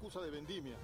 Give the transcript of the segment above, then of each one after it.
causa de vendimia.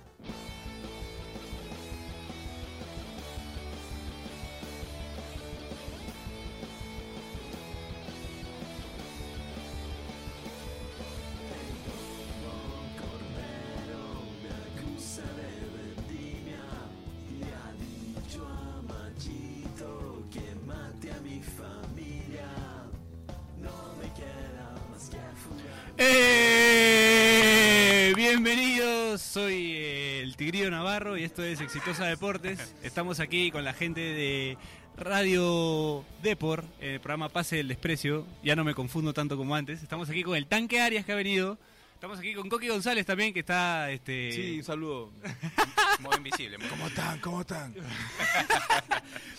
Eh, bienvenidos, soy eh, el Tigrillo Navarro y esto es Exitosa Deportes. Estamos aquí con la gente de Radio Depor, en el programa Pase del Desprecio. Ya no me confundo tanto como antes. Estamos aquí con el Tanque Arias que ha venido. Estamos aquí con Coqui González también que está... Este... Sí, un saludo. Modo invisible. ¿Cómo están? ¿Cómo están?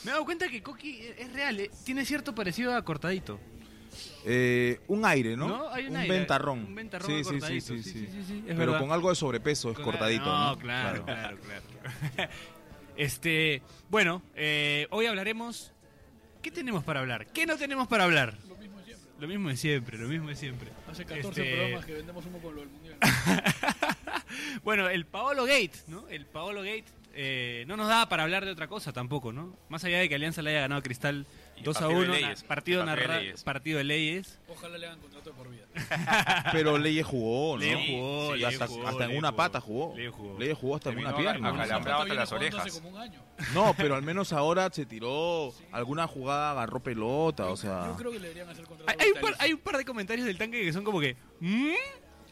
Me he dado cuenta que Coqui es real, eh, tiene cierto parecido a Cortadito. Eh, un aire, ¿no? Hay un, aire, ventarrón. Un ventarrón Sí, a sí, sí, Cortadito. sí, sí. sí, es Pero verdad. con algo de sobrepeso, es Con- cortadito. No, No, claro, claro, claro. claro. este, bueno, eh, hoy hablaremos. ¿Qué tenemos para hablar? ¿Qué no tenemos para hablar? Lo mismo siempre. Lo mismo de siempre, lo mismo de siempre. Hace 14 Este- programas que vendemos humo con lo del mundial. Bueno, el Paolo Gate, ¿no? El Paolo Gate eh, no nos da para hablar de otra cosa tampoco, ¿no? Más allá de que Alianza le haya ganado a Cristal Y 2 a partido de 1, leyes. partido, Partido de narra- leyes. partido de leyes. Ojalá le hagan contrato de por vida. Pero Leyes jugó, ¿no? Leyes jugó, Y Leyes hasta, jugó, hasta en Leyes una jugó. pata jugó. Leyes jugó. Leyes jugó hasta en Terminó una pierna. acá la- ¿no? Alambrado hasta Viene las jugando orejas. hace como un año. No, pero al menos ahora se tiró alguna jugada, agarró pelota, o sea... Yo creo que le deberían hacer contrato Hay, hay un par, vitalicio. hay un par de comentarios del tanque que son como que. "¿Mm?"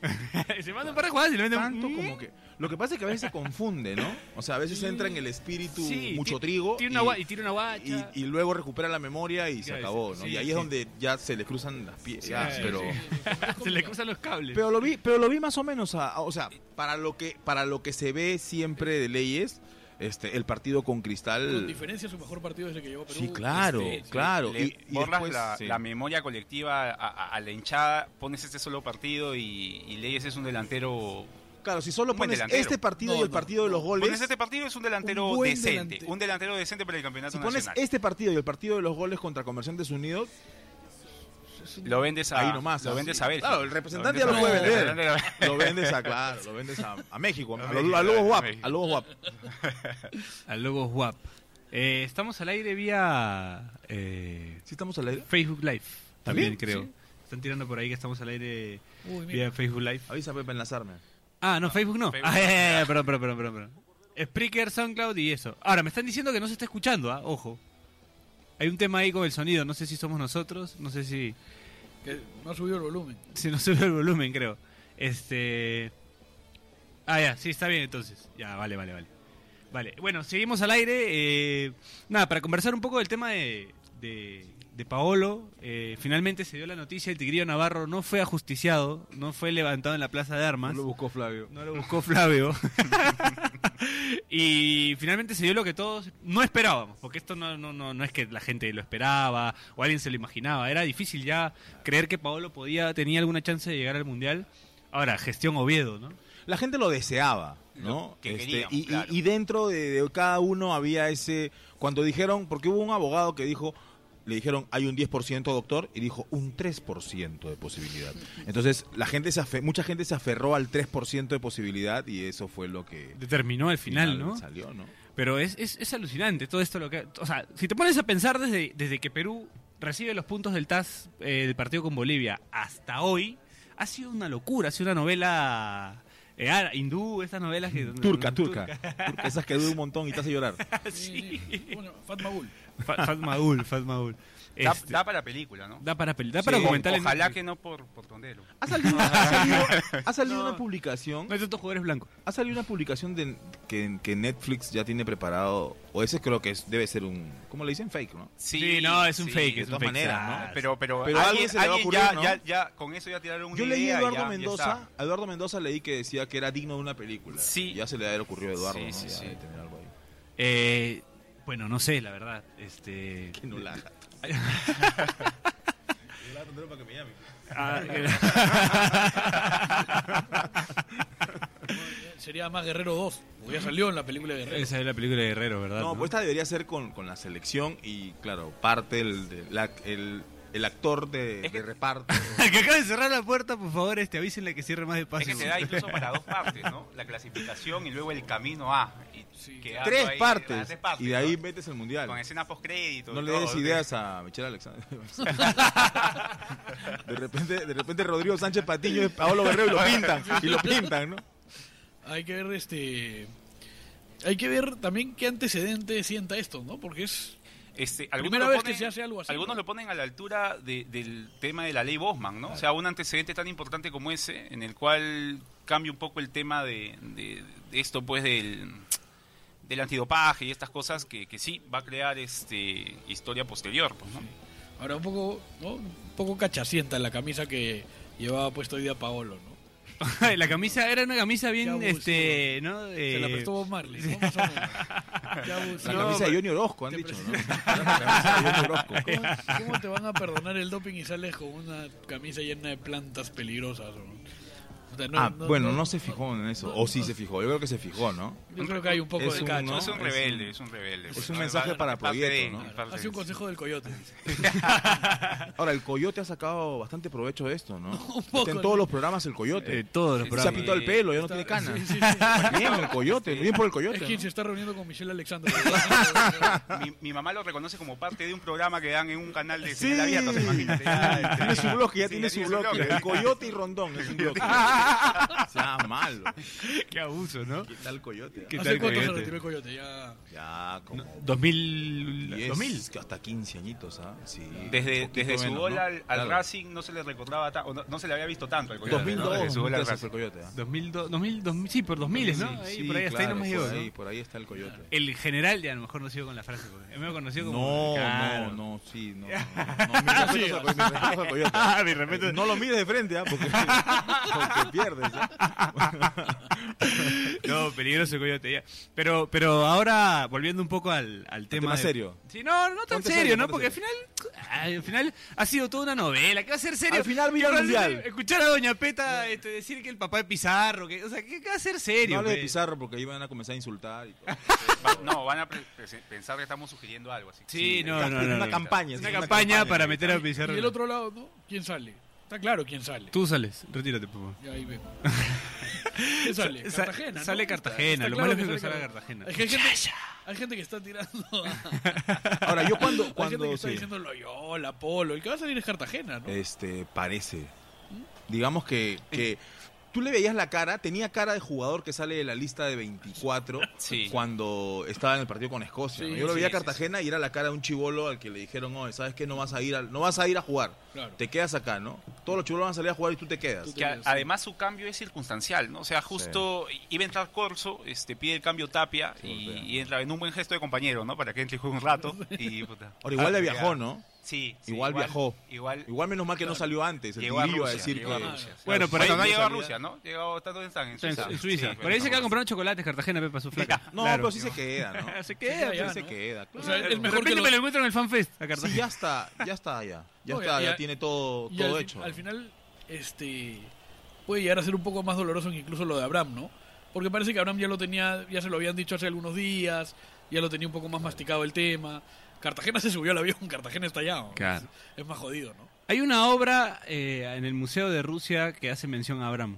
Se manda un par de jugadas y le meten Tanto "¿Mm?" como que... Lo que pasa es que a veces se confunde, ¿no? O sea, a veces entra en el espíritu Sí, mucho ti- trigo Tira una gua- y, tira una guacha. y- y luego recupera la memoria y se Ya, acabó, sí, ¿no? sí, y ahí sí. es donde ya se le cruzan las pies, ya, sí, pero... sí. se le cruzan los cables. Pero lo vi, pero lo vi más o menos, a- a- o sea, para lo que para lo que se ve siempre de leyes, este, el partido con Con Cristal. diferencia su mejor partido desde que llegó a Perú. Sí, claro, Este, sí. claro. Le y, y borras después, la, sí. la memoria colectiva a, a- a la hinchada, pones este solo partido y, y Leyes es un delantero. claro, si solo un buen pones delantero. este partido No, y el no, partido de los goles, Pones este partido es un delantero Un buen decente, delante- un delantero decente para el campeonato si pones nacional. este partido y el partido de los goles contra Comerciantes Unidos, Lo vendes a ahí nomás. lo así. vendes a Bélgica. Claro, el representante ya vendes lo a puede Bélgica, vender. el representante Lo vendes a, claro, lo vendes a, a México, A a, México, a Lobos a Guap, México. a Lobos Guap. Al logo WAP. Eh, estamos al aire vía eh, Sí estamos al aire. Facebook Live. También ¿También? creo. Sí. Están tirando por ahí que estamos al aire Uy, mira. vía Facebook Live. Avísame para enlazarme. Ah, no, Facebook no. Facebook Ah, no. ya, ya, ya, perdón, perdón, perdón, perdón, perdón. Spreaker, SoundCloud y eso. Ahora, me están diciendo que no se está escuchando, ah, ojo. Hay un tema ahí con el sonido, no sé si somos nosotros, no sé si, Que no ha subido el volumen. si no sube el volumen, creo. Este... Ah, ya, sí, está bien entonces. Ya, vale, vale, vale. Vale, bueno, seguimos al aire. eh, nada, para conversar un poco del tema de, de, de Paolo, eh, finalmente se dio la noticia, el Tigrillo Navarro no fue ajusticiado, no fue levantado en la plaza de armas. buscó Flavio. No lo buscó Flavio. y finalmente se dio lo que todos no esperábamos, porque esto no, no, no, no es que la gente lo esperaba o alguien se lo imaginaba. Era difícil ya creer que Paolo podía, tenía alguna chance de llegar al Mundial. Ahora, gestión Oviedo, ¿no? la gente lo deseaba, ¿no? Lo que Este, queríamos, y, y- claro. y dentro de, de cada uno había ese, cuando dijeron, porque hubo un abogado que dijo, le dijeron, hay un 10% doctor, y dijo, un 3% de posibilidad. Entonces, la gente se afe- mucha gente se aferró al 3% de posibilidad y eso fue lo que... Determinó al final, ¿no? Salió, ¿no? Pero es, es, es alucinante todo esto lo que... O sea, si te pones a pensar desde, desde que Perú recibe los puntos del TAS eh, del partido con Bolivia hasta hoy, ha sido una locura, ha sido una novela eh, ára- hindú, estas novelas que... Turca, turca, Turca, Esas que duran un montón y te hace llorar. Sí. sí. Bueno, Fat Magul. Fa- Fat Maul, Fat Maul. Da, Este, da para película, ¿no? da para, peli- da para Sí. documental en Ojalá Netflix. que no por, por Tondelo. Ha salido, ha salido- ha salido No. una publicación No hay tantos jugadores blancos. Ha salido una publicación de, que, que Netflix ya tiene preparado, o ese creo que es- debe ser un, ¿cómo le dicen? Fake, ¿no? Sí, no, es un sí, fake, de es un todas fake. maneras, Ah, ¿no? Pero, pero, Pero alguien, alguien se le va a alguien ocurrir, ya, ¿no? ya- ya con eso ya tiraron una Yo leí idea, a ya- Eduardo ya Mendoza, está. a Eduardo Mendoza leí que decía que era digno de una película. Sí. Ya se le había ocurrido a Eduardo, Sí, ¿no? sí, Ya sí. de tener algo ahí. Eh, bueno, no sé, la verdad. Este, Que no la haga. ah, Sería más Guerrero 2. Porque ya salió en la película de Guerrero. eh, esa es la película de pues Guerrero, ¿verdad? No, pues esta debería ser con, con la selección y, claro, parte el, de- la- el, el actor de, Es que- de reparto. Al que acaba de cerrar la puerta, por favor, este, avísenle que cierre más despacio. Es que se da incluso para dos partes, ¿no? La clasificación y luego el camino A. Y Sí, quedando tres, ahí- partes, ah, tres partes, Y de ahí ¿no? metes el mundial. Con escenas post-crédito. No y le todo, des ¿sí? ideas a Michelle Alexander. De repente, de repente Rodrigo Sánchez Patiño y Paolo Guerrero y lo pintan. Y lo pintan, ¿no? Hay que ver este. Hay que ver también qué antecedente sienta esto, ¿no? Porque es. Este, algunos Primera lo vez que ponen- se hace algo así, Algunos ¿no? lo ponen a la altura de- del tema de la ley Bosman, ¿no? O sea, un antecedente tan importante como ese, en el cual cambia un poco el tema de, de- de esto, pues, del, del antidopaje y estas cosas que, que sí va a crear este historia posterior, pues, ¿no? Ahora un poco, ¿no? Un poco cachacienta la camisa que llevaba puesto hoy día Paolo, ¿no? la camisa era una camisa bien, Qué abuso. este, ¿no? Se la Eh, prestó Bob Marley, ¿no? Más o menos. Qué abuso. La camisa de Johnny Orozco, han Te dicho, ¿no? presento. La camisa de Johnny Orozco. Ah, ¿Cómo, cómo te van a perdonar el doping y sales con una camisa llena de plantas peligrosas? o- o sea, no- ah, no- bueno, no se fijó en eso. no, o sí no. se fijó. Yo creo que se fijó, ¿no? Yo creo que hay un poco Es de. un- cacho. No, ¿no? es un Es rebelde, es un rebelde. es un mensaje para proyecto, ¿no? Hace un consejo del coyote. dice. Ahora, el Coyote ha sacado bastante provecho de esto, ¿no? Un poco, Está en ¿no? todos los programas el Coyote. eh, todos los Se se ha programas. pintado el pelo, ya no Está- tiene cana. sí, sí, sí. Bien, el Coyote. Bien por el Es Coyote. quien ¿no? se está reuniendo con Michelle Alexander. Mi, mi mamá lo reconoce como parte de un programa que dan en un canal de Sí. señal abierta, ¿te imaginas? Ya, este, Tiene su bloque, ya sí, tiene su bloque. El Coyote y Rondón es un bloque. sea malo. Qué abuso, ¿no? ¿Qué tal Coyote? Ah, ¿Qué ¿Hace tal cuánto se Coyote? retiró el coyote? Ya. Ya, como... 2000, 10, 2000. que hasta 15 añitos, ¿ah? Sí. Desde, un poquito desde su menos, gol ¿no? al, al Claro. Racing no se le recordaba ta- o no, no se le había visto tanto al Coyote. 2002, ¿no? Desde su gol al nunca se fue Racing. el Coyote, ¿ah? 2002, 2000, 2000, sí, por 2000, ¿no? Ahí, Sí, por ahí, hasta ahí claro, nomás llegó, por ¿no? ahí, por ahí está el Coyote. El general, ya a lo mejor no sigo con la frase, porque es medio conocido No, como... no, no, sí, no. no, no, mis respetos al- mis respetos al Coyote. Ah, de repente... No lo mires de frente, ¿ah? Porque, porque pierdes. ¿ah? No, peligroso coyote, ya. Pero, pero ahora, volviendo un poco al, al tema. tema de- serio. Sí, no, no tan Ponte serio, serio, ¿no? ponte Porque al final, ay, al final ha sido toda una novela. ¿Qué va a ser serio? Al final ¿Qué vino el va a ser Mundial. serio? Escuchar a Doña Peta este, decir que el papá de Pizarro, que, o sea, ¿qué, qué va a ser serio? pues. No hables de pe? Pizarro porque ahí van a comenzar a insultar. Y todo. Va- no, van a pre- pre- pensar que estamos sugiriendo algo. Así. Sí, no, Es no, no, una no. campaña. Es es una campaña para meter a Y Pizarro. del otro lado, ¿no? ¿Quién sale? Está claro quién sale. Tú sales, retírate, papá. Ya ahí vemos. ¿Quién sale? Sa- Cartagena. ¿no? Sale Cartagena, Está lo claro malo es que sale sale Cartagena. Es que hay gente, hay gente que está tirando a- Ahora, yo cuando... Hay gente cuando que está sí. diciendo Loyola, Polo. El que va a salir es Cartagena, Eh, ¿no? Este, parece. Digamos que, que tú le veías la cara, tenía cara de jugador que sale de la lista de 24 Sí. cuando estaba en el partido con Escocia. ¿no? Sí, Yo lo sí, veía a sí, Cartagena y era la cara de un chivolo al que le dijeron, "Oye, sabes que no vas a ir a, no vas a ir a jugar, Claro. te quedas acá, ¿no? Todos los chivolos van a salir a jugar y tú te quedas. Tú Que a- Sí. además su cambio es circunstancial, ¿no? O sea, justo iba a entrar Corso, este, pide el cambio Tapia Sí, y, golpea. y entra en un buen gesto de compañero, ¿no? Para que entre y juegue un rato. Y, puta. Ahora igual Ah, le ya. viajó, ¿no? Sí, sí, Igual viajó. Igual, Igual menos mal que no Claro. salió antes, el llegó a tigrillo Rusia. a decir llegó a que Rusia. Bueno, por ahí- no llegó a salía- Rusia, ¿no? Llegó, está donde están, en Está en Suiza. en Suiza. Sí, Por ahí se queda bueno, comprando chocolates, Cartagena, Pepa, su flaca. No, Claro. pero sí se queda, ¿no? Se queda, Sí, ya, pe. Sí se ¿no? queda. O sea, claro. es De mejor que repente lo- me lo encuentro en el fanfest a Sí, Cartagena. ya está, ya está allá. Ya No, está, ya- ya, ya- tiene todo, Y todo al, hecho. Al final, este puede llegar a ser un poco más doloroso que incluso lo de Abraham, ¿no? Porque parece que Abraham ya lo tenía, ya se lo habían dicho hace algunos días, ya lo tenía un poco más masticado el tema. Cartagena se subió al avión, Cartagena está allá. ¿no? Claro. Es, es más jodido, ¿no? Hay una obra eh, en el Museo de Rusia que hace mención a Abraham.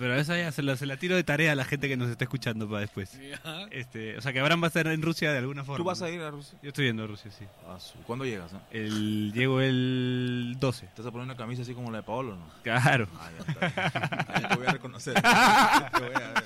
Pero esa ya se la, se la tiro de tarea a la gente que nos está escuchando para después. Sí, ajá. Este, o sea, que Abraham va a estar en Rusia de alguna forma. ¿Tú vas ¿no? a ir a Rusia? Yo estoy yendo a Rusia, sí. Ah, su- ¿Cuándo llegas? ah? El, llego el 12. ¿Te vas a poner una camisa así como la de Paolo no? Claro. Ah, ya está. bien. Ah, ya te voy a reconocer. Te voy a ver.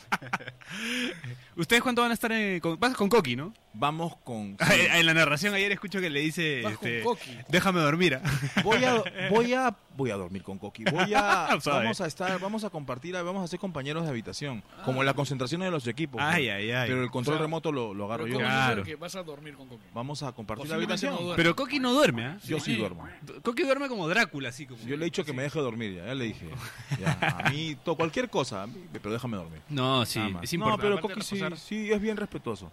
¿Ustedes cuánto van a estar en, con, vas con Coqui, no? Ah, Vamos con. en la narración ayer escucho que le dice... Vas con este, Coqui. Déjame dormir. ah". Voy a, voy a, voy a dormir con Coqui. Voy a, Suave. vamos a estar, vamos a compartir, vamos a ser compañeros de habitación, como la concentración de los equipos. ¿no? Ay, ay, ay. Pero el control O sea, remoto lo, lo agarro Pero yo. ¿cómo Claro. saber que vas a dormir con Coqui? Vamos a compartir la Posiblemente habitación. no duerma. Pero Coqui no duerme, ¿ah? yo sí Sí. duermo. Coqui duerme como Drácula, así como... Yo le he dicho que me deje dormir, ya, ya le dije. Ya, a mí, to- cualquier cosa, a mí- pero déjame dormir. No, sí, Nada más. es importante. No, pero Aparte de Coqui sí, reposar. sí, es bien respetuoso.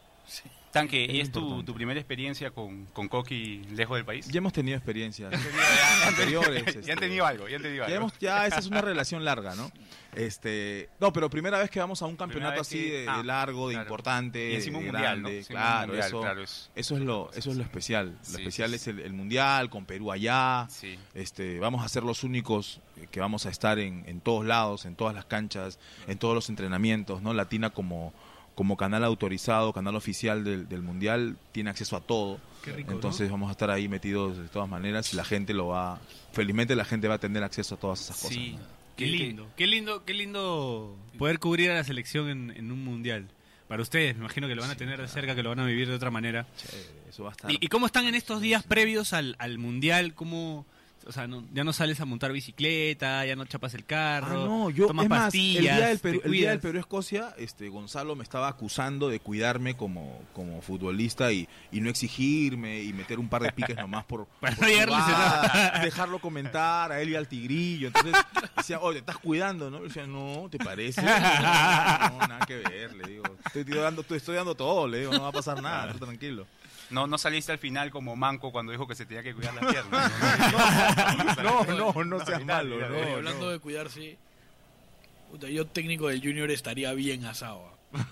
Tanque, ¿y Es es tu, importante. tu primera experiencia con, con Coqui lejos del país? Ya hemos tenido experiencias Ya, anteriores. han este, tenido algo, ya han tenido Ya, algo. hemos- ya esa es una relación larga, ¿no? Este, no, pero primera vez que vamos a un campeonato vez así que- de, ah, de largo, de claro. importante, y encima un de mundial, ¿no? grande, Encima un claro, mundial, eso, claro, es- eso es lo, eso es lo especial. Lo Sí, sí, especial sí. es el, el mundial con Perú allá. Sí. Este, vamos a ser los únicos que vamos a estar en, en todos lados, en todas las canchas, en todos los entrenamientos, ¿no? Latina como, como canal autorizado, canal oficial del, del mundial, tiene acceso a todo. Qué rico, ¿no? Entonces vamos a estar ahí metidos de todas maneras y la gente lo va, felizmente la gente va a tener acceso a todas esas cosas. Sí. ¿no? Qué lindo, qué lindo, qué lindo poder cubrir a la selección en, en un mundial. Para ustedes, me imagino que lo van a tener de cerca, que lo van a vivir de otra manera. Chévere, eso va a estar. ¿Y, y cómo están en estos días previos al, al mundial? ¿Cómo, o sea, no- ya no sales a montar bicicleta, ya no chapas el Ah, carro, no, yo, tomas es más, pastillas, el día del te Perú, el día cuidas? del Perú-Escocia, este, Gonzalo me estaba acusando de cuidarme como, como futbolista y, y no exigirme y meter un par de piques nomás por, Para por no llegar jugada, dejarlo comentar a él y al tigrillo. Entonces decía, oye, te estás cuidando, ¿no? Yo decía, no, ¿te parece? No, nada que ver, le digo. Estoy, estoy dando, estoy, estoy dando todo, le digo, no va a pasar nada, tú tranquilo. No, no saliste al final como Manco cuando dijo que se tenía que cuidar las piernas. No, no, no seas malo, Oye, no, no. Eh, hablando de cuidarse, puta, yo técnico del Junior estaría bien asado. ah.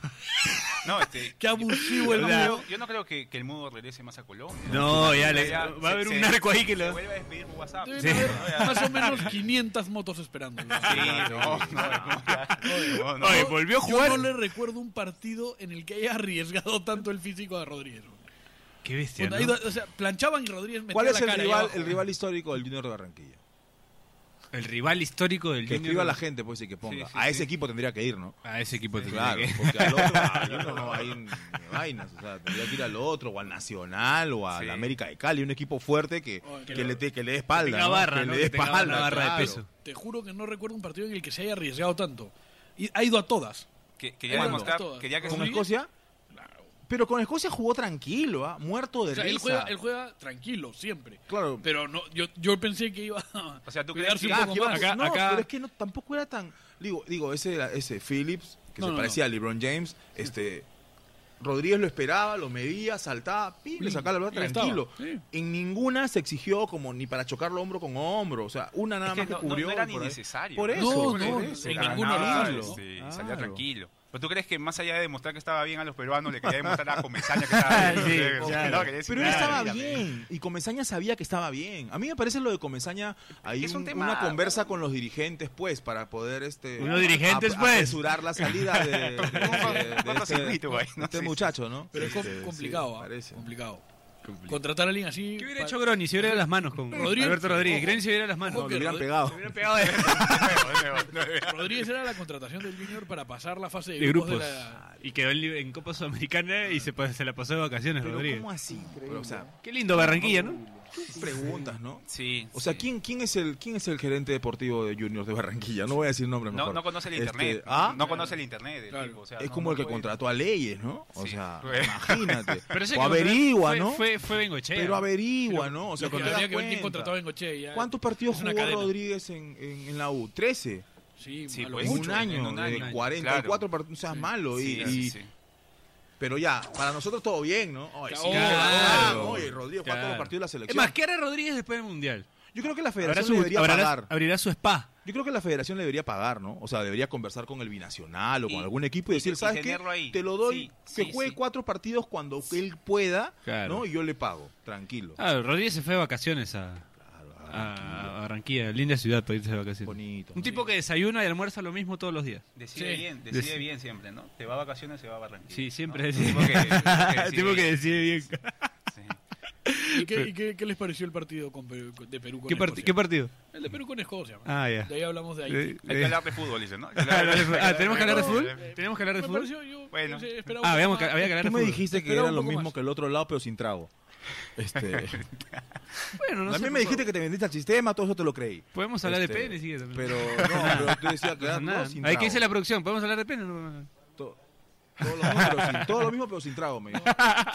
No, este, Qué abusivo el yo, mío. yo no creo que, que el mudo regrese más a Colombia. No, ya, le- Ya, va a se- haber se- un narco ahí que Se lo... vuelve a despedir por WhatsApp. Deben Sí. haber No, ya. más o menos 500 motos esperando. Sí, no, no, no, ya. No, no. pues, Oye, volvió a jugar. Yo no le recuerdo un partido en el que haya arriesgado tanto el físico de Rodríguez. güey. Qué bestia, Puta, ¿no? ahí do- o sea, planchaban y Rodríguez metía ¿Cuál es la el cara ahí rival, abajo. el rival histórico del Junior de Barranquilla? El rival histórico del Que Junior. escriba la gente, pues, y que ponga. Sí, sí, a ese sí. equipo tendría que ir, ¿no? A ese equipo tendría Claro, que- porque al otro, al Junior no hay ni vainas. O sea, tendría que ir al otro, o al Nacional, o al Sí. América de Cali, un equipo fuerte que, Oh, que, claro. le, te- que le dé espalda. tenga ¿no? barra, que ¿no? le dé Que tenga una espalda. barra de claro. peso. Te juro que no recuerdo un partido en el que se haya arriesgado tanto. Y ha ido a todas. Que- Quería ¿Cuándo? demostrar, quería que ¿Con Sí. Escocia? Pero con Escocia jugó tranquilo, ¿ah? muerto de O sea, él risa. juega, él juega tranquilo, siempre. Claro, Pero no, yo, yo pensé que iba a O sea, ¿tú crees cuidarse que- un Ah, poco que iba- más. acá- no, acá- pero es que no, tampoco era tan. Digo, digo ese, era- ese Phillips, que No, se no, parecía a LeBron James, este. Rodríguez lo esperaba, lo medía, saltaba, ¡pim! le sacaba la pelota Y ahí tranquilo. estaba, sí. En ninguna se exigió como ni para chocarlo hombro con hombro. O sea, una nada Es que más que no- no- cubrió. no era y ni por ahí- necesario. Por No, eso, por no, eso, en Ah, claro. ninguno ninguno ganaba, de los dos. este, Claro. Salía tranquilo. ¿Pero tú crees que más allá de demostrar que estaba bien a los peruanos, le quería demostrar a Comesaña que estaba bien? Sí, No, claro. quería decir Pero él nada, estaba mírame. bien y Comesaña sabía que estaba bien. A mí me parece lo de Comesaña hay Es un un- tema- una conversa con los dirigentes pues para poder este Unos dirigentes, pues. apresurar la salida de, de- de- de este, Cortocircuito, güey, de ¿no? este Sí, sí. muchacho, ¿no? Pero es com- Este, sí, complicado, ¿ah? parece. complicado. Contratar a alguien así. ¿Qué hubiera pa- hecho Groni si hubiera ido a las manos con Rodríguez. Alberto Rodríguez? Ojo. Groni si hubiera ido a las manos. No, Ojo lo hubieran Rodri- pegado. Le hubiera pegado de- De nuevo, de nuevo. Rodríguez era la contratación del Junior para pasar la fase de, de grupos. grupos. de Ah, la- Y quedó en, li- en Copa Sudamericana y se, pa- se la pasó de vacaciones, Pero Rodríguez. ¿cómo así? Pero, o sea, Qué lindo Barranquilla, ¿no? preguntas, ¿no? Sí. O sea, sí. ¿quién, quién, es el, ¿quién es el gerente deportivo de Juniors de Barranquilla? No voy a decir nombres No, mejor. no conoce el Este, internet. ¿ah? No conoce el internet. el Claro. tipo, o sea, es no- como no el que puede- contrató a Leyes, ¿no? O Sí. sea, Fue- imagínate. Pero ese o que contrató averigua, fue- ¿no? Fue, fue Bengochea. Pero averigua, ¿no? O sea, Lo que cuando te habría das que ver quién cuenta. contrataba en Gochea. ¿Cuántos partidos Es una jugó cadena. Rodríguez en, en- en la U? 13. Sí, Sí, a lo pues, en mucho. un en año, un de año, 44 claro. partidos. No seas Sí. malo. y- Sí, y, sí, sí. Pero ya, para nosotros todo bien, ¿no? Oye, sí, Claro. claro, oye, Rodríguez, Claro. ¿cuántos partidos de la Es selección? más, ¿qué hará Rodríguez después del Mundial? Yo creo que la Habrá federación su, le debería habrá- pagar. abrirá su spa. Yo creo que la federación le debería pagar, ¿no? O sea, debería conversar con el binacional o con Y- algún equipo y y- decir, y ¿sabes qué? tenerlo ahí. Te lo doy, Sí, que sí, juegue sí. cuatro partidos cuando él pueda, Claro. ¿no? Y yo le pago, tranquilo. Ah, Rodríguez se fue de vacaciones a, Claro, a- ah, a Barranquilla, linda ciudad para irse de vacaciones. bonito. Un tipo que desayuna y almuerza lo mismo todos los días. Decide Sí. bien, decide Deci- bien siempre, ¿no? Te va a vacaciones, se va a Barranquilla. Sí, siempre ¿no? decide. Tipo que- El tipo que decide bien. Sí. ¿Y, qué, y qué, qué les pareció el partido con Perú- de Perú con ¿Qué, parti- Escocia? qué partido? El de Perú con Escocia. man. Ah, ya. De ahí hablamos de Haití. Eh, Hay que eh. hablar de fútbol, dicen, ¿no? Ah, ¿tenemos que hablar de fútbol? Eh, ¿Tenemos que hablar de me fútbol? pareció, yo, Bueno. no sé, esperaba Ah, un veamos que poco había que más. hablar de Tú me fútbol. dijiste que Esperaba era un lo poco mismo más. que el otro lado, pero sin trago. Este, Bueno, no sé, también por me dijiste favor. que te vendiste al sistema, todo eso te lo creí. Podemos hablar Este, de pene, sí, también. Pero no, pero tú decías No que pasa era todo nada. sin Ahí que dice la trago. producción, ¿podemos hablar de pene? No, no, no. To- Todo lo mismo, pero sin, todo lo mismo, pero sin trago, me dijo.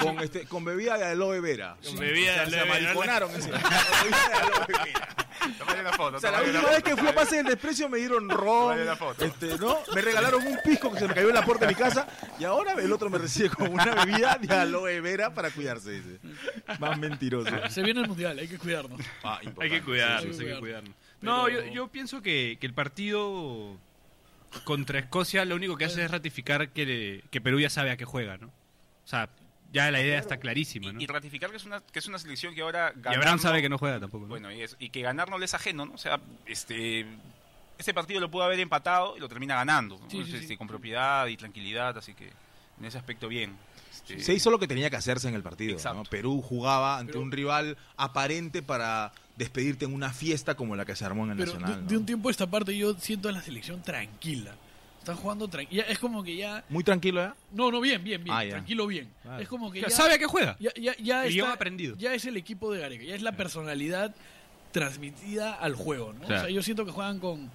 Con, este, con bebida de aloe vera. Con bebida de O sea, aloe Se vera. mariconaron encima. Con bebida de aloe vera. Tómale eh, una foto. O sea, la tómale una última vez que foto. fui a Pase del Desprecio me dieron ron, Vale la foto. este, ¿no? Me regalaron un pisco que se me cayó en la puerta de mi casa y ahora el otro me recibe con una bebida de aloe vera para cuidarse, dice. Más mentiroso. Se viene el mundial, hay que cuidarnos. Ah, Hay que sí, cuidarnos, sí, hay que cuidarnos. cuidarnos. Pero- No, yo, yo pienso que, que el partido contra Escocia lo único que hace es ratificar que, que Perú ya sabe a qué juega, ¿no? O sea, ya la idea está clarísima, ¿no? Y, y Y ratificar que es una, que es una selección que ahora ganar Abraham no- sabe que no juega tampoco. ¿no? Bueno, y, es- y que ganar no le es ajeno, ¿no? O sea, este este partido lo pudo haber empatado y lo termina ganando. ¿no? Sí, sí, Este, sí. Con propiedad y tranquilidad, así que en ese aspecto bien. Este, Se hizo lo que tenía que hacerse en el partido. Exacto. ¿no? Perú jugaba ante Pero- un rival aparente para despedirte en una fiesta como la que se armó en el Pero de, Nacional. de ¿no? un tiempo a esta parte yo siento a la selección tranquila. Están jugando tranquila. Es como que ya. Muy tranquilo, ¿eh? No, no, bien, bien, bien. Ah, ya. tranquilo, bien. Vale. Es como que Ya ya. sabe a qué juega. ya, ya, ya El guión está- aprendido. Ya es el equipo de Gareca, ya es la personalidad transmitida al juego, ¿no? Claro. O sea, yo siento que juegan con.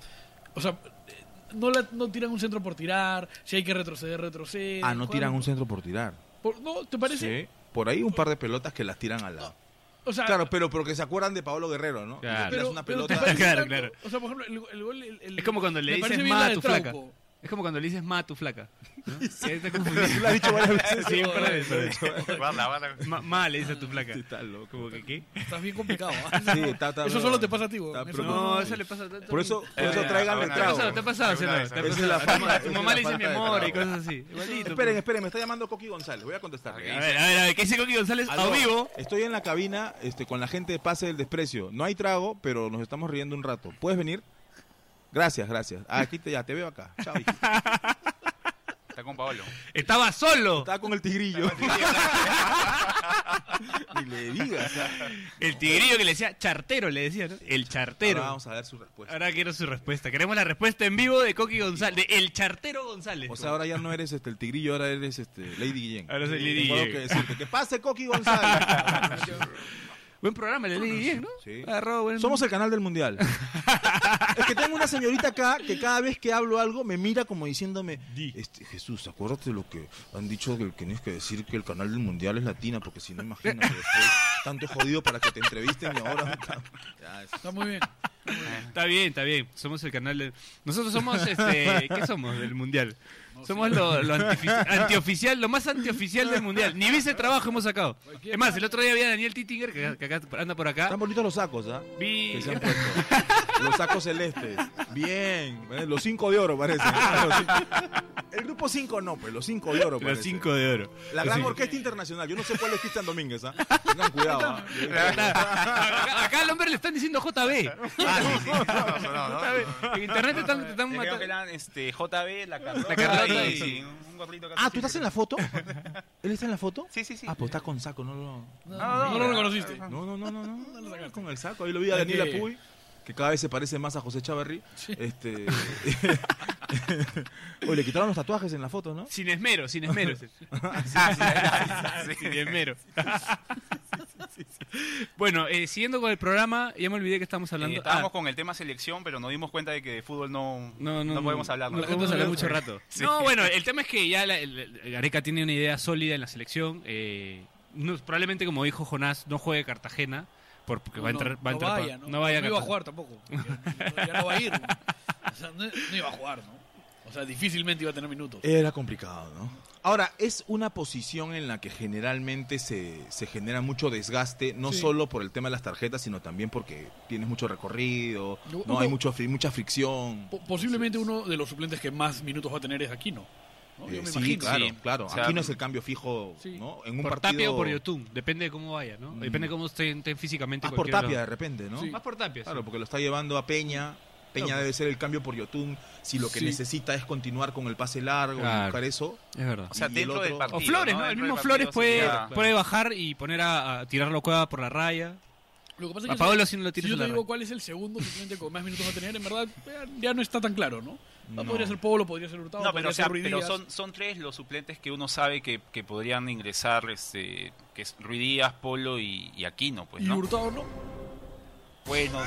O sea, eh, no, la- no tiran un centro por tirar, si hay que retroceder, retroceden. Ah, no juegan tiran un centro por tirar. por- ¿No? ¿Te Eh, parece? Sí. Por ahí un par de pelotas que las tiran al lado. O sea, Claro, pero porque se acuerdan de Paolo Guerrero, ¿no? Claro. Le tiras una ah. pero pelota. ¿te parece Claro, tanto? claro. O sea, por ejemplo, el, el gol. el- el- Es como cuando le me parece dices bien la ma a de tu flaca. Trauco. Es como cuando le dices ma a tu flaca. ¿no? Que está confundida. Tú lo has dicho varias veces. Sí, un par de Lo has veces. dicho varias guarda, Eh, guarda. Ma, ma le dices a tu flaca. veces. Está loco. Como que, ¿qué? Estás bien complicado. ¿ah? Sí, está- está- Eso solo te pasa a ti, weón. está Eso preocupado. No, eso le pasa a tanto- Por eso, por eso Eh, tráiganle ahora- ¿Te ha trago. pasado? ¿Te ha pasado? Alguna Seno? vez, ah, ¿Te ha esa es pasado? la A tu ma- fama- a tu esa mamá es le la dice mi falta de amor y trabajo. cosas así. Igualito. pues. Esperen, esperen, me está llamando Coqui González. Voy a contestarle. A ver, a ver, a ver, ¿qué dice Coqui González? A Aló, vivo. Estoy en la cabina este, con la gente de Pase del Desprecio. No hay trago, pero nos estamos riendo un rato. ¿Puedes venir? Gracias, gracias. Ah, Aquí te, ya te veo acá. Chao. hijo. Está con Paolo. Estaba solo. Estaba con el tigrillo. Ni le digas. ah. El tigrillo que le decía chartero, le decía, ¿no? El chartero. Ahora vamos a ver su respuesta. Ahora quiero su respuesta. Queremos la respuesta en vivo de Coqui González, de El Chartero González. O sea, ahora ya no eres este, el tigrillo, ahora eres este, Lady Guillén. Ahora soy Tengo Lady algo Guillén. que decirte. Que pase Coqui González. Buen programa, le leí bien, ¿no? Sí. Agarró buen- Somos el canal del mundial. es que tengo una señorita acá que cada vez que hablo algo me mira como diciéndome, este, Jesús, acuérdate de lo que han dicho que tienes que decir que el canal del mundial es latina, porque si no imagínate después tanto jodido para que te entrevisten y ahora Ya, es- Está muy bien. Está bien, está bien. Somos el canal de... Nosotros somos, este... ¿Qué somos del Mundial? somos lo, lo antifici- antioficial, lo más antioficial del Mundial. Ni vice trabajo hemos sacado. Es más, el otro día vi a Daniel Tittinger, que, que acá anda por acá. Están bonitos los sacos, ¿ah? Vi... Que se han puesto. Los sacos celestes. Bien. ¿eh? Los cinco de oro parecen. Los cinco- El grupo cinco no, pues los cinco de oro Los parecen. cinco de oro. La Los gran cinco. orquesta internacional. Yo no sé cuál es Cristian Domínguez, ¿ah? Tengan cuidado. ¿ah? Acá, acá al hombre le están diciendo JB. Ah, sí, sí. No, no, no, no. En internet te están, te están Le creo matando. que eran este, JB, la Carlota, La Carlota y, y- sí, un gorrito acá. Ah, ¿tú estás en la foto? ¿Él está en la foto? Sí, sí, sí. Ah, pues está con saco, no lo. No, no no, no. Ah, lo reconociste. No, no, no, no. no, no con el saco. Ahí lo vi a Es Daniela que- Puy, que cada vez se parece más a José Chavarri. Este. Oye, le quitaron los tatuajes en la foto, ¿no? Sin esmero, sin esmero. Ah, sí, sí, sí. sin esmero. Bueno, eh, siguiendo con el programa, ya me olvidé que estábamos Eh, hablando. estábamos Ah, con el tema selección, pero nos dimos cuenta de que de fútbol no, no, no, podemos hablar. No ¿no? podemos hablar mucho rato. Sí. No, bueno, el tema es que ya la, el- el- Gareca tiene una idea sólida en la selección. eh, no- probablemente, como dijo Jonás, no juegue Cartagena. por- Porque va a entrar. va a no entrar pa- vaya, ¿no? no vaya No iba Cartagena. a jugar tampoco. Ya, ya no va a ir. ¿no? O sea, no, no iba a jugar, ¿no? O sea, difícilmente iba a tener minutos. Era complicado, ¿no? Ahora, es una posición en la que generalmente se, se genera mucho desgaste, no Sí. solo por el tema de las tarjetas, sino también porque tienes mucho recorrido, No, no, uno- hay mucho, fri- mucha fricción. Po- posiblemente uno de los suplentes que más minutos va a tener es Aquino. ¿no? Eh, Yo me sí, imagino. claro, sí. claro. O sea, Aquí no es el cambio fijo, sí. ¿no? En un por partido... Tapia o por Yotun, depende de cómo vaya, ¿no? Depende de cómo estén, estén físicamente. Ah, por cualquiera de Tapia de los- repente, ¿no? Sí. Más por Tapia. sí. Claro, porque lo está llevando a Peña. Peña Claro. debe ser el cambio por Yotun. Si lo que Sí. necesita es continuar con el pase largo, y Claro. buscar eso. Es verdad. O sea, Y el dentro del otro- partido. O Flores, ¿no? El Dentro mismo del Flores partido puede, sería- puede bajar y poner a, a tirarlo a cueva por la raya. Lo que pasa es A que Paolo yo- sí no lo tiras si yo en te la digo red. cuál es el segundo suplente con más minutos va a tener, en verdad eh, ya no está tan claro, ¿no? O sea, No. Podría ser Polo, podría ser Hurtado, No, podría pero, o sea, ser Ruiz pero Díaz. son, son tres los suplentes que uno sabe que, que podrían ingresar, este, que es Ruiz Díaz, Polo y, y Aquino, pues, y ¿no? Hurtado no. Bueno,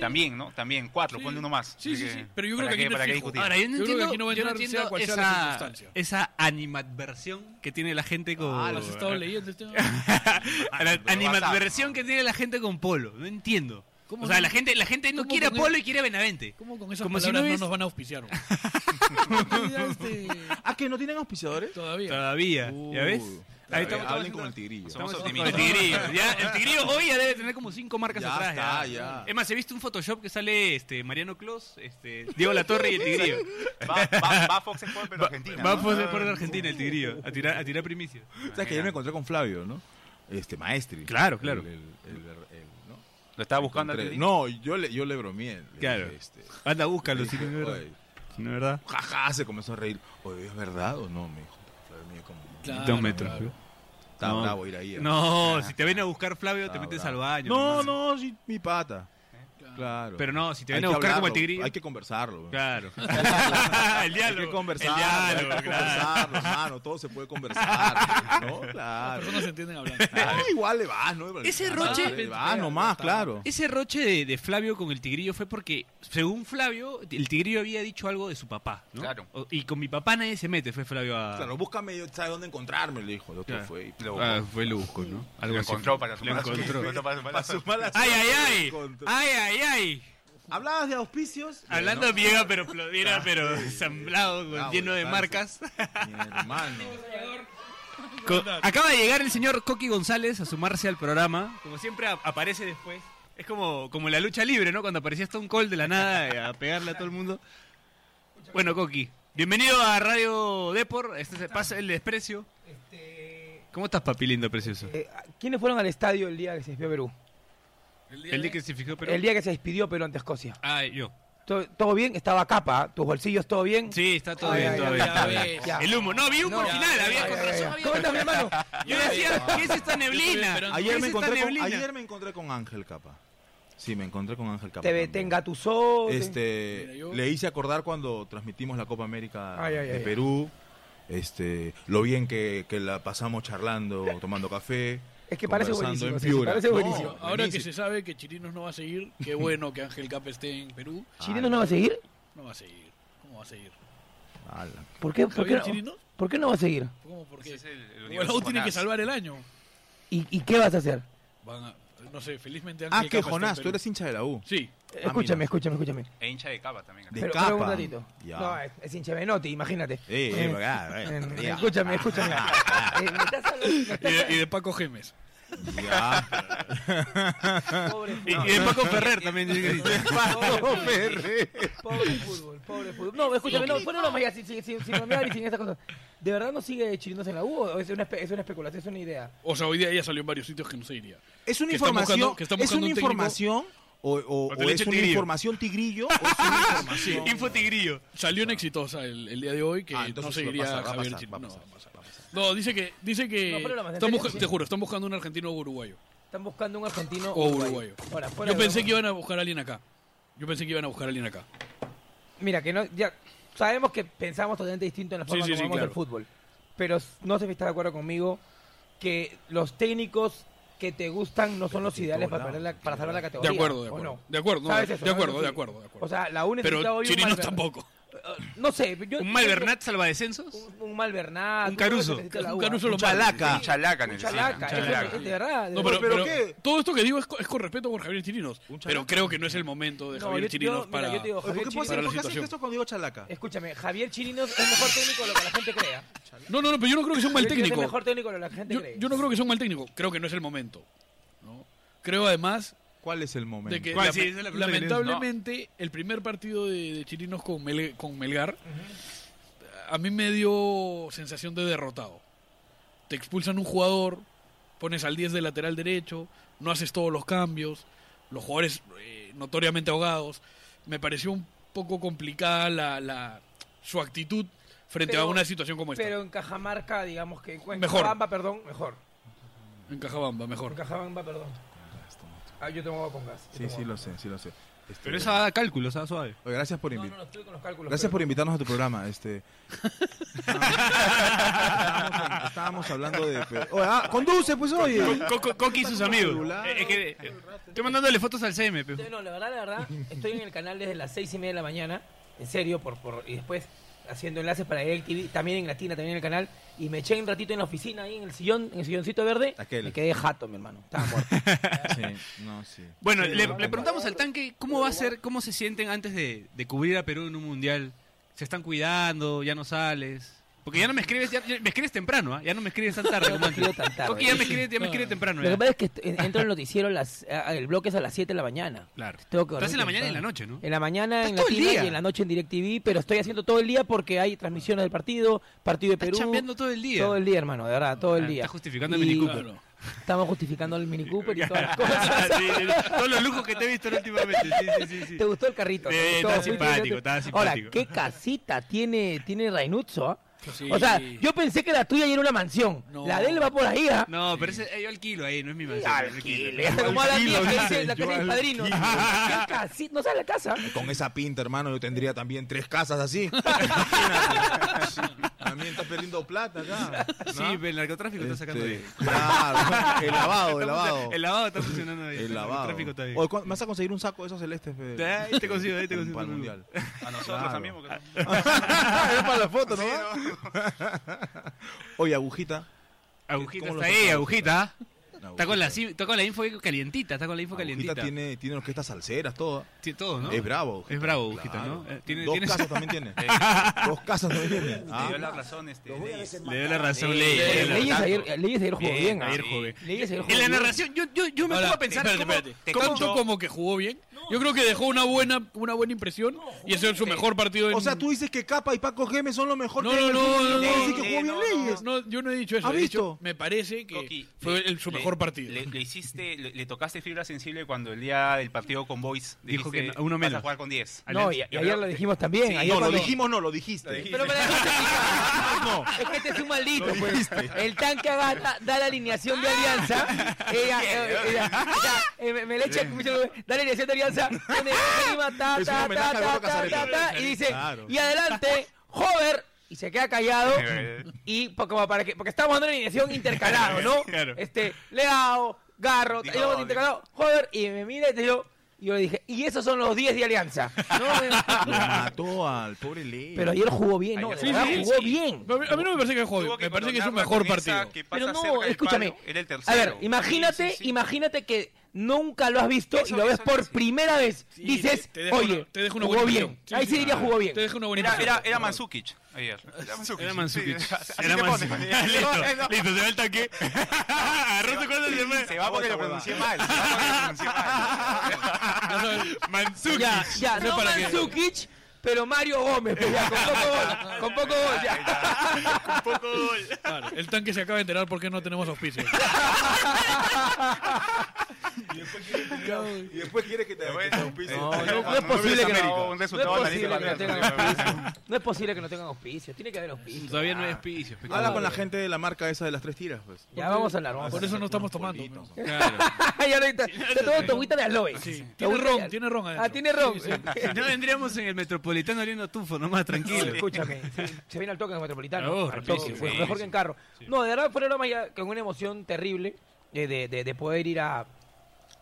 también, ¿no? También, cuatro, Sí. ponle uno más. Sí, Así sí, sí. Pero yo creo ¿para que aquí qué- no es para qué fijo. discutir? Ahora, yo no Yo creo que entiendo, aquí no va a yo no entrar, sea entiendo cual sea la esa, circunstancia. esa animadversión que tiene la gente con... Ah, los he estado leyendo. este- Ah, A la Pero animadversión basta. que tiene la gente con Polo. No entiendo. ¿Cómo o sea, no? la gente, la gente no ¿Cómo quiere a con Polo el- y quiere a Benavente. ¿Cómo con esas Como si palabras no no, ves- nos van a auspiciar? güey? Ya, este, ¿Ah, que no tienen auspiciadores? Todavía. Todavía, ¿ya ves? Uh, Ahí todavía. estamos todos Hablen con el haciendo- tigrillo. Somos Estamos- optimistas. El tigrillo. Ya, el tigrillo hoy ya debe tener como cinco marcas Ya atrás. está, ya. Es más, he visto un Photoshop que sale este Mariano Clos, este, Diego La Torre y el tigrillo. Va, va, va Fox Sports, pero Argentina. Va a ¿no? poder por Argentina el tigrillo, a tirar, a tirar primicias. ¿Sabes que yo me encontré con Flavio, ¿no? Este, maestri. Claro, claro. El- el- el- el- ¿no? Lo estaba buscando Encontré- al tigrillo. No, yo le, yo le bromeé. le dije, Claro. este, Anda, búscalo, le si dije, no es verdad. "Oye, Si no es verdad. Jaja, se comenzó a reír. Oye, ¿es verdad o no? Me dijo. Flavio mío, como. Claro, Dos metros. claro. Está No. bravo ir ahí. ¿eh? No, si te vienen a buscar Flavio, Está te metes bravo. al baño. No, nomás. no, sí, mi pata. Claro. ¿Eh? Pero no, si te Hay vienen a que buscar como el hablarlo, tigrillo. Hay que conversarlo. Claro. el Hay diálogo. que conversar, El diálogo, hay que claro. conversarlo, hermano, todo se puede conversar, ¿no? Las Claro. personas se entienden hablando. Ah, igual le vas, ¿no? Ese Ah, roche- Le vas nomás, claro. Ese roche de, de Flavio con el tigrillo fue porque, según Flavio, el tigrillo había dicho algo de su papá, ¿no? Claro. O- y con mi papá nadie se mete, fue Flavio a... Claro, búscame, yo sabes dónde encontrarme, le dijo. El otro Claro. fue y Lo, Ah, fue lo busco, ¿no? lo así. encontró para su Lo mala suerte. encontró. Para su mala Pa' su suerte. mala ¡Ay, suerte, ay, ay! lo encontró. ¡Ay, ay, ay! Hablabas de auspicios. Hablando Bueno, vieja, pero era pero ensamblado, con- Bravo, lleno de Francis. marcas. Ah, Mi hermano. Co- acaba de llegar el señor Coqui González a sumarse al programa. Como siempre a- aparece después. Es como, como en la lucha libre, ¿no? Cuando aparecía Stone Cold de la nada eh, a pegarle a todo el mundo. Bueno, Coqui, bienvenido a Radio Depor. Este es- pasa el desprecio. Este, ¿Cómo estás, papi lindo, precioso? Eh, ¿Quiénes fueron al estadio el día que se despidió Perú? El día que se fijó, pero... El día que se despidió Perú ante Escocia. Ah, yo. ¿Todo, todo bien? ¿Estaba capa? ¿Tus bolsillos todo bien? Sí, está todo Ay, bien, ay, todo ay, bien. ya todo bien. ves, ya. El humo. No, había humo No, al final. ya, había ya, con ya, razón. ya. había- ¿Cómo estás, mi hermano? Yo decía, ¿qué es esta neblina? esperando. ¿Qué Ayer es me, esta encontré con, neblina? ayer me encontré con Ángel Capa. Sí, me encontré con Ángel Capa. ¿Te, también. te engatusó? te- Este, Mira, yo- le hice acordar cuando transmitimos la Copa América Ay, ay, de ay, Perú. Este, lo bien que, que la pasamos charlando, tomando café. Es que parece conversando buenísimo, en sí, sí, Piura. parece No, buenísimo. Ahora que se buenísimo. sabe que Chirinos no va a seguir, qué bueno que Ángel Cap esté en Perú. Ah. ¿Chirinos no va a seguir? No va a seguir. ¿Cómo va a seguir? Ala. ¿Por qué, por qué, ¿Javier no, Chirinos? ¿Por qué no va a seguir? ¿Cómo? ¿Por Ese qué? es el- el universo Gualao tiene Jonás. que salvar el año. ¿Y, y qué vas a hacer? Van a, no sé, felizmente Ángel Ah, que Capa está en Jonás, tú Perú. eres hincha de la U. Sí. Eh, Escúchame, escúchame, escúchame. E hincha de Cava también. De Pero, capa. pero un ratito. Ya. No, es, es hincha de Menotti, imagínate. Eh, eh, ah, eh, eh, ya. Ah, escúchame, escúchame. Eh, me estás hablando- Y de, y de Paco Gemes. Ya. Pobre Y, y de Paco Ferrer también. Paco Ferrer. Pobre fútbol, pobre fútbol. No, escúchame, no, bueno, no, Maya, sin, sin, sin, sin bromear y sin estas cosas. ¿De verdad no sigue chirinos en la U o es una, espe- es una especulación, es una idea? O sea, hoy día ya salió en varios sitios que no se iría. ¿Es una Que están buscando- información? que están ¿Es buscando una un técnico. información? ¿O, o- O te o le es echen una tigrillo. información tigrillo? ¿O es una información? Info Tigrillo. Salió en exitosa el, el día de hoy que Ah, no entonces se va a iría pasar, va a Javier pasar, va a Chirinos. pasar, No, va a pasar. No, dice que, dice que No, pero era más, en están serio, busca- sí. te juro, están buscando un argentino o uruguayo. Están buscando un argentino O Oh, uruguayo. Ahora, fuera Yo de pensé broma. que iban a buscar a alguien acá. Yo pensé que iban a buscar a alguien acá. Mira, que no, ya sabemos que pensamos totalmente distinto en la Sí, forma sí, como sí, vamos claro. el fútbol. Pero s- no sé si estás de acuerdo conmigo que los técnicos que te gustan no son los sí, ideales todos para, perder la- lados. para salvar la De categoría. acuerdo, de ¿o acuerdo. no? De acuerdo, no, ¿Sabes de eso, de no? acuerdo, Sí. de acuerdo, de acuerdo. O sea, la U necesita Pero hoy un Chirinos Malver- tampoco. No sé. yo- ¿Un yo- Malvernat salvadescensos? Un, un Malvernat. Un Caruso. Un Caruso lo Chalaca. Un chalaca en el Chalaca. cine, un eso es- chalaca. es de verdad. de No, verdad. pero, ¿Pero pero qué? todo esto que digo es, co- es con respeto por Javier Chirinos. Pero creo que no es el momento de No, Javier yo- yo- Chirinos mira, para. yo te digo, ¿Por Javier qué, por qué Para la Chirinos- por qué haces situación. esto cuando digo chalaca? Escúchame, Javier Chirinos es mejor técnico de lo que la gente crea. No, no, no, pero yo no creo que sea un mal Javier Chirinos Es técnico. mejor técnico de lo que la gente Yo, cree. yo no creo que sea un mal técnico. Creo que no es el momento. ¿no? Creo además ¿Cuál es el momento? de que ¿Cuál? lame- Sí, esa es la pregunta que le- lamentablemente el primer partido de, de Chirinos con, Mel- con Melgar a mí me dio sensación de derrotado. Te expulsan un jugador, pones al 10 de lateral derecho, no haces todos los cambios, los jugadores eh, notoriamente ahogados. Me pareció un poco complicada la, la- su actitud frente Pero- a una situación como esta. Pero en Cajamarca, digamos que. En Mejor. Cajabamba, perdón, mejor. en Cajabamba, En mejor. Cajabamba, perdón. Ah, yo tomo agua con gas. yo Sí, tomo sí, agua. lo sé, sí lo sé. Este, Pero esa da cálculos, ¿ah? Suave. oye, gracias por No, invi- no, no, estuve con los cálculos. Gracias por invitarnos a tu programa. Este, estábamos, estábamos hablando de. Oye, ah, conduce, pues oye. Co- co- Coqui y sus amigos. Regular. Eh, Es que, eh, estoy mandándole fotos al CM, pe. Sí, No, la verdad, la verdad, estoy en el canal desde las seis y media de la mañana, en serio, por, por, y después haciendo enlaces para el TV, también en Latina, también en el canal, y me eché un ratito en la oficina, ahí en el sillón, en el silloncito verde, Aquel. me quedé jato, mi hermano, estaba muerto. Sí, no, sí. Bueno, le, le preguntamos al tanque cómo va a ser, cómo se sienten antes de, de cubrir a Perú en un mundial. ¿Se están cuidando? ¿Ya no sales? Porque ya no me escribes, ya, ya me escribes temprano, ¿ah? Ya no me escribes tan tarde No como me escribo antes. tan tarde. Coqui ya me escribe, ya me escribe temprano. Lo que ya. pasa es que est- en- entro al noticiero, las, a- el bloque es a las 7 de la mañana. Claro. Tengo que Estás en la dormir mañana y en la temprano. noche, ¿no? En la mañana, Estás en todo el Latina día. y en la noche en DirecTV, pero estoy haciendo todo el día porque hay transmisiones del partido, partido de Estás Perú. chambeando todo el día. Todo el día, hermano, de verdad, todo el Ah, día. estás justificando el Y- Mini Cooper. Claro. Estamos justificando el Mini Cooper y todas las Ah, cosas. sí, sí, sí. todos los lujos que te he visto últimamente. Sí, sí, sí, sí. ¿Te gustó el carrito? ¿Te Eh, gustó? estaba Fuiste- simpático, estaba simpático. Ahora, ¿qué casita tiene, tiene Rainuzzo? ah? Sí. O sea, yo pensé que la tuya ya era una mansión. No. La de él va por ahí, ¿ah? No, pero ese, eh, yo alquilo ahí, no es mi mansión. yo Alquile. Como a la tía que dice la casa del padrino. ¿Qué casita? No sabe la casa. Con esa pinta, hermano, yo tendría también tres casas así. Imagínate. Sí, También estás perdiendo plata acá. ¿no? Sí, pero el narcotráfico está sacando Este, bien. claro, el lavado, el Está funcionando- lavado. El lavado está funcionando bien. El lavado. narcotráfico está bien. Oye, ¿cuándo- ¿me vas a conseguir un saco de esos celestes? fe? Te- ahí te consigo, ahí te Un consigo. Para el mundial. A nosotros Claro. también, porque Ah, Es para la foto, ¿no? Oye, agujita. Agujita ¿Cómo está lo ahí, sacamos? agujita. Está Agujita. con, la, sim- está con la info calientita, está con la info Agujita calientita. tiene, tiene orquestas salseras, todo. Tiene todo, ¿no? Es bravo. Agujita. Es bravo, Agujita, Claro. ¿no? Eh, tiene- Dos tiene- casas también tiene. Eh, Dos casas también tiene. te dio Ah, la razón. Este, Leyes. Le dio la razón, Ley. Leyes Le dio Leyes la- ayer, leyes ayer jugó bien. Bien, ¿ah? ayer jugué. Leyes ayer jugó En la bien. narración, yo, yo, yo me Ahora, pongo a pensar espérate, cómo- espérate. te ¿Cómo cacho- no como que jugó bien? Yo creo que dejó una buena, una buena impresión y ese es su mejor partido en... O sea, tú dices que Capa y Paco Gemes son lo mejor No, que hay en no, el no, fútbol. no, Tú no, dices que jugó no, bien no, Leyes. No, yo no he dicho eso. ¿Has he dicho, visto? me parece que Coqui, fue le- el- su le- mejor partido. Le, le hiciste, le, le tocaste fibra sensible cuando el día del partido con Boys Dijo dijiste, que no- uno "Vas menos". a jugar con 10. No, y, y ayer lo dijimos también. Sí, ayer No, lo cuando- dijimos, no, lo dijiste. Pero para no. Es que este es un maldito, pues. El tanque agarra, da la alineación de alianza. Ella, eh, ella- ella, eh, me, me le echa, me dice, da la alineación de alianza. pone, arriba, ta, Es un ta, homenaje ta, a Gorka ta, ta, Sarabia. ta, ta, y dice, Claro. y adelante, Hover. Y se queda callado. Y po- como para que, porque estamos dando una alineación intercalado, ¿no? Claro. Este, Leao, Garro, Dijo, íbamos intercalado, Hover, y me mira y te digo, y yo le dije, y esos son los 10 de alianza. Lo No, mató al pobre Leyes. pero ayer jugó bien, ¿no? Ayer De sí, verdad, sí, jugó sí. bien. No, a, mí, a mí no me parece que jugó Tuvo bien. Me parece que es su coronarla mejor con esa partido. que pasa Pero no, cerca del escúchame. palo, era el a tercero. ver, imagínate, Sí, sí, sí. imagínate que nunca lo has visto Eso- y lo ves eso por sí. primera vez. Sí, Dices, te- te dejo oye, una- te dejo una jugó buena bien. impresión. Sí, Ahí sí sí, diría jugó bien. Te dejo una buena Era, impresión. era, era Mansukic ayer. Era Mansukic. Era Mansukic. Sí, así Era te pones. Mansukic. Listo, listo, se va el tanque. Agarró su cuerda y se fue. Se va porque lo pronuncié mal. Se va porque lo pronuncié mal. Ya sabes, Mansukic. Ya, ya, no para que- Mandzukic, pero Mario Gómez, pues ya, con poco gol, con poco gol, ya. claro, el tanque se acaba de enterar por qué no tenemos auspicios. Y después quiere que te Bueno, eh, No, no, no cuando es posible que hubiese no. sacado un No es resultado posible que no analítico, tengan auspicio. No es posible que no tengan auspicio. Tiene que haber auspicio. Todavía no hay auspicios. pe, Habla cabrón. con la gente de la marca esa de las tres tiras, pues. Ya vamos a hablar, vamos a Por hablar. eso no estamos tomando. Polvitos. ¿no? Claro. Ya ahorita, te tomo tu agüita de aloe. Sí. pues. Tu Tiene agüita ron, de- tiene ron adentro. Ah, tiene ron. Sí, sí. Si no vendríamos en el Metropolitano oliendo tufo nomás, tranquilo. Escúchame, sí, se viene al toque en el Metropolitano. Oh, al toque, rapidísimo, fue sí, mejor sí. que en carro. No, de verdad fue broma ya con una emoción terrible eh, de, de- de poder ir a,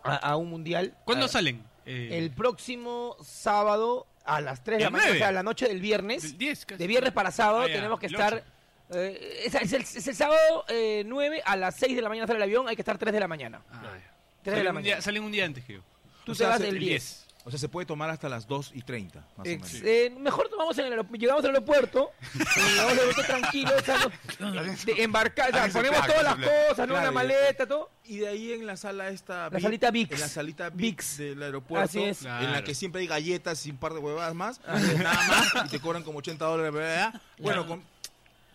a, a un mundial. ¿Cuándo A- salen? Eh, El próximo sábado a las 3 de la El mañana, o nueve. sea, la noche del viernes. del 10, casi. De viernes para sábado Ah, ya, tenemos que el estar... ocho. eh, es, es el, es el sábado eh, 9 a las 6 de la mañana sale el avión, hay que estar 3 de la mañana. Ah, ya. 3 de la Salen un día- mañana. Salen un día antes, creo. Tú o te sea, vas se- el El 10. 10. O sea, se puede tomar hasta las 2 y 30, más o menos. Ex- eh, mejor tomamos en el aeropu- llegamos al aeropuerto, y llegamos al aeropuerto tranquilo, o sea, no- de embarcar, o sea, Alguien se ponemos plaga, todas se las plaga. cosas, ¿no? una Claro, maleta, todo. Y de ahí en la sala esta... La salita Vix. En la salita Vix. Vix del aeropuerto. Así es. Ah, Claro. En la que siempre hay galletas y un par de huevadas más. nada más. Y te cobran como 80 dólares. bla, bla, bla. Bueno, con,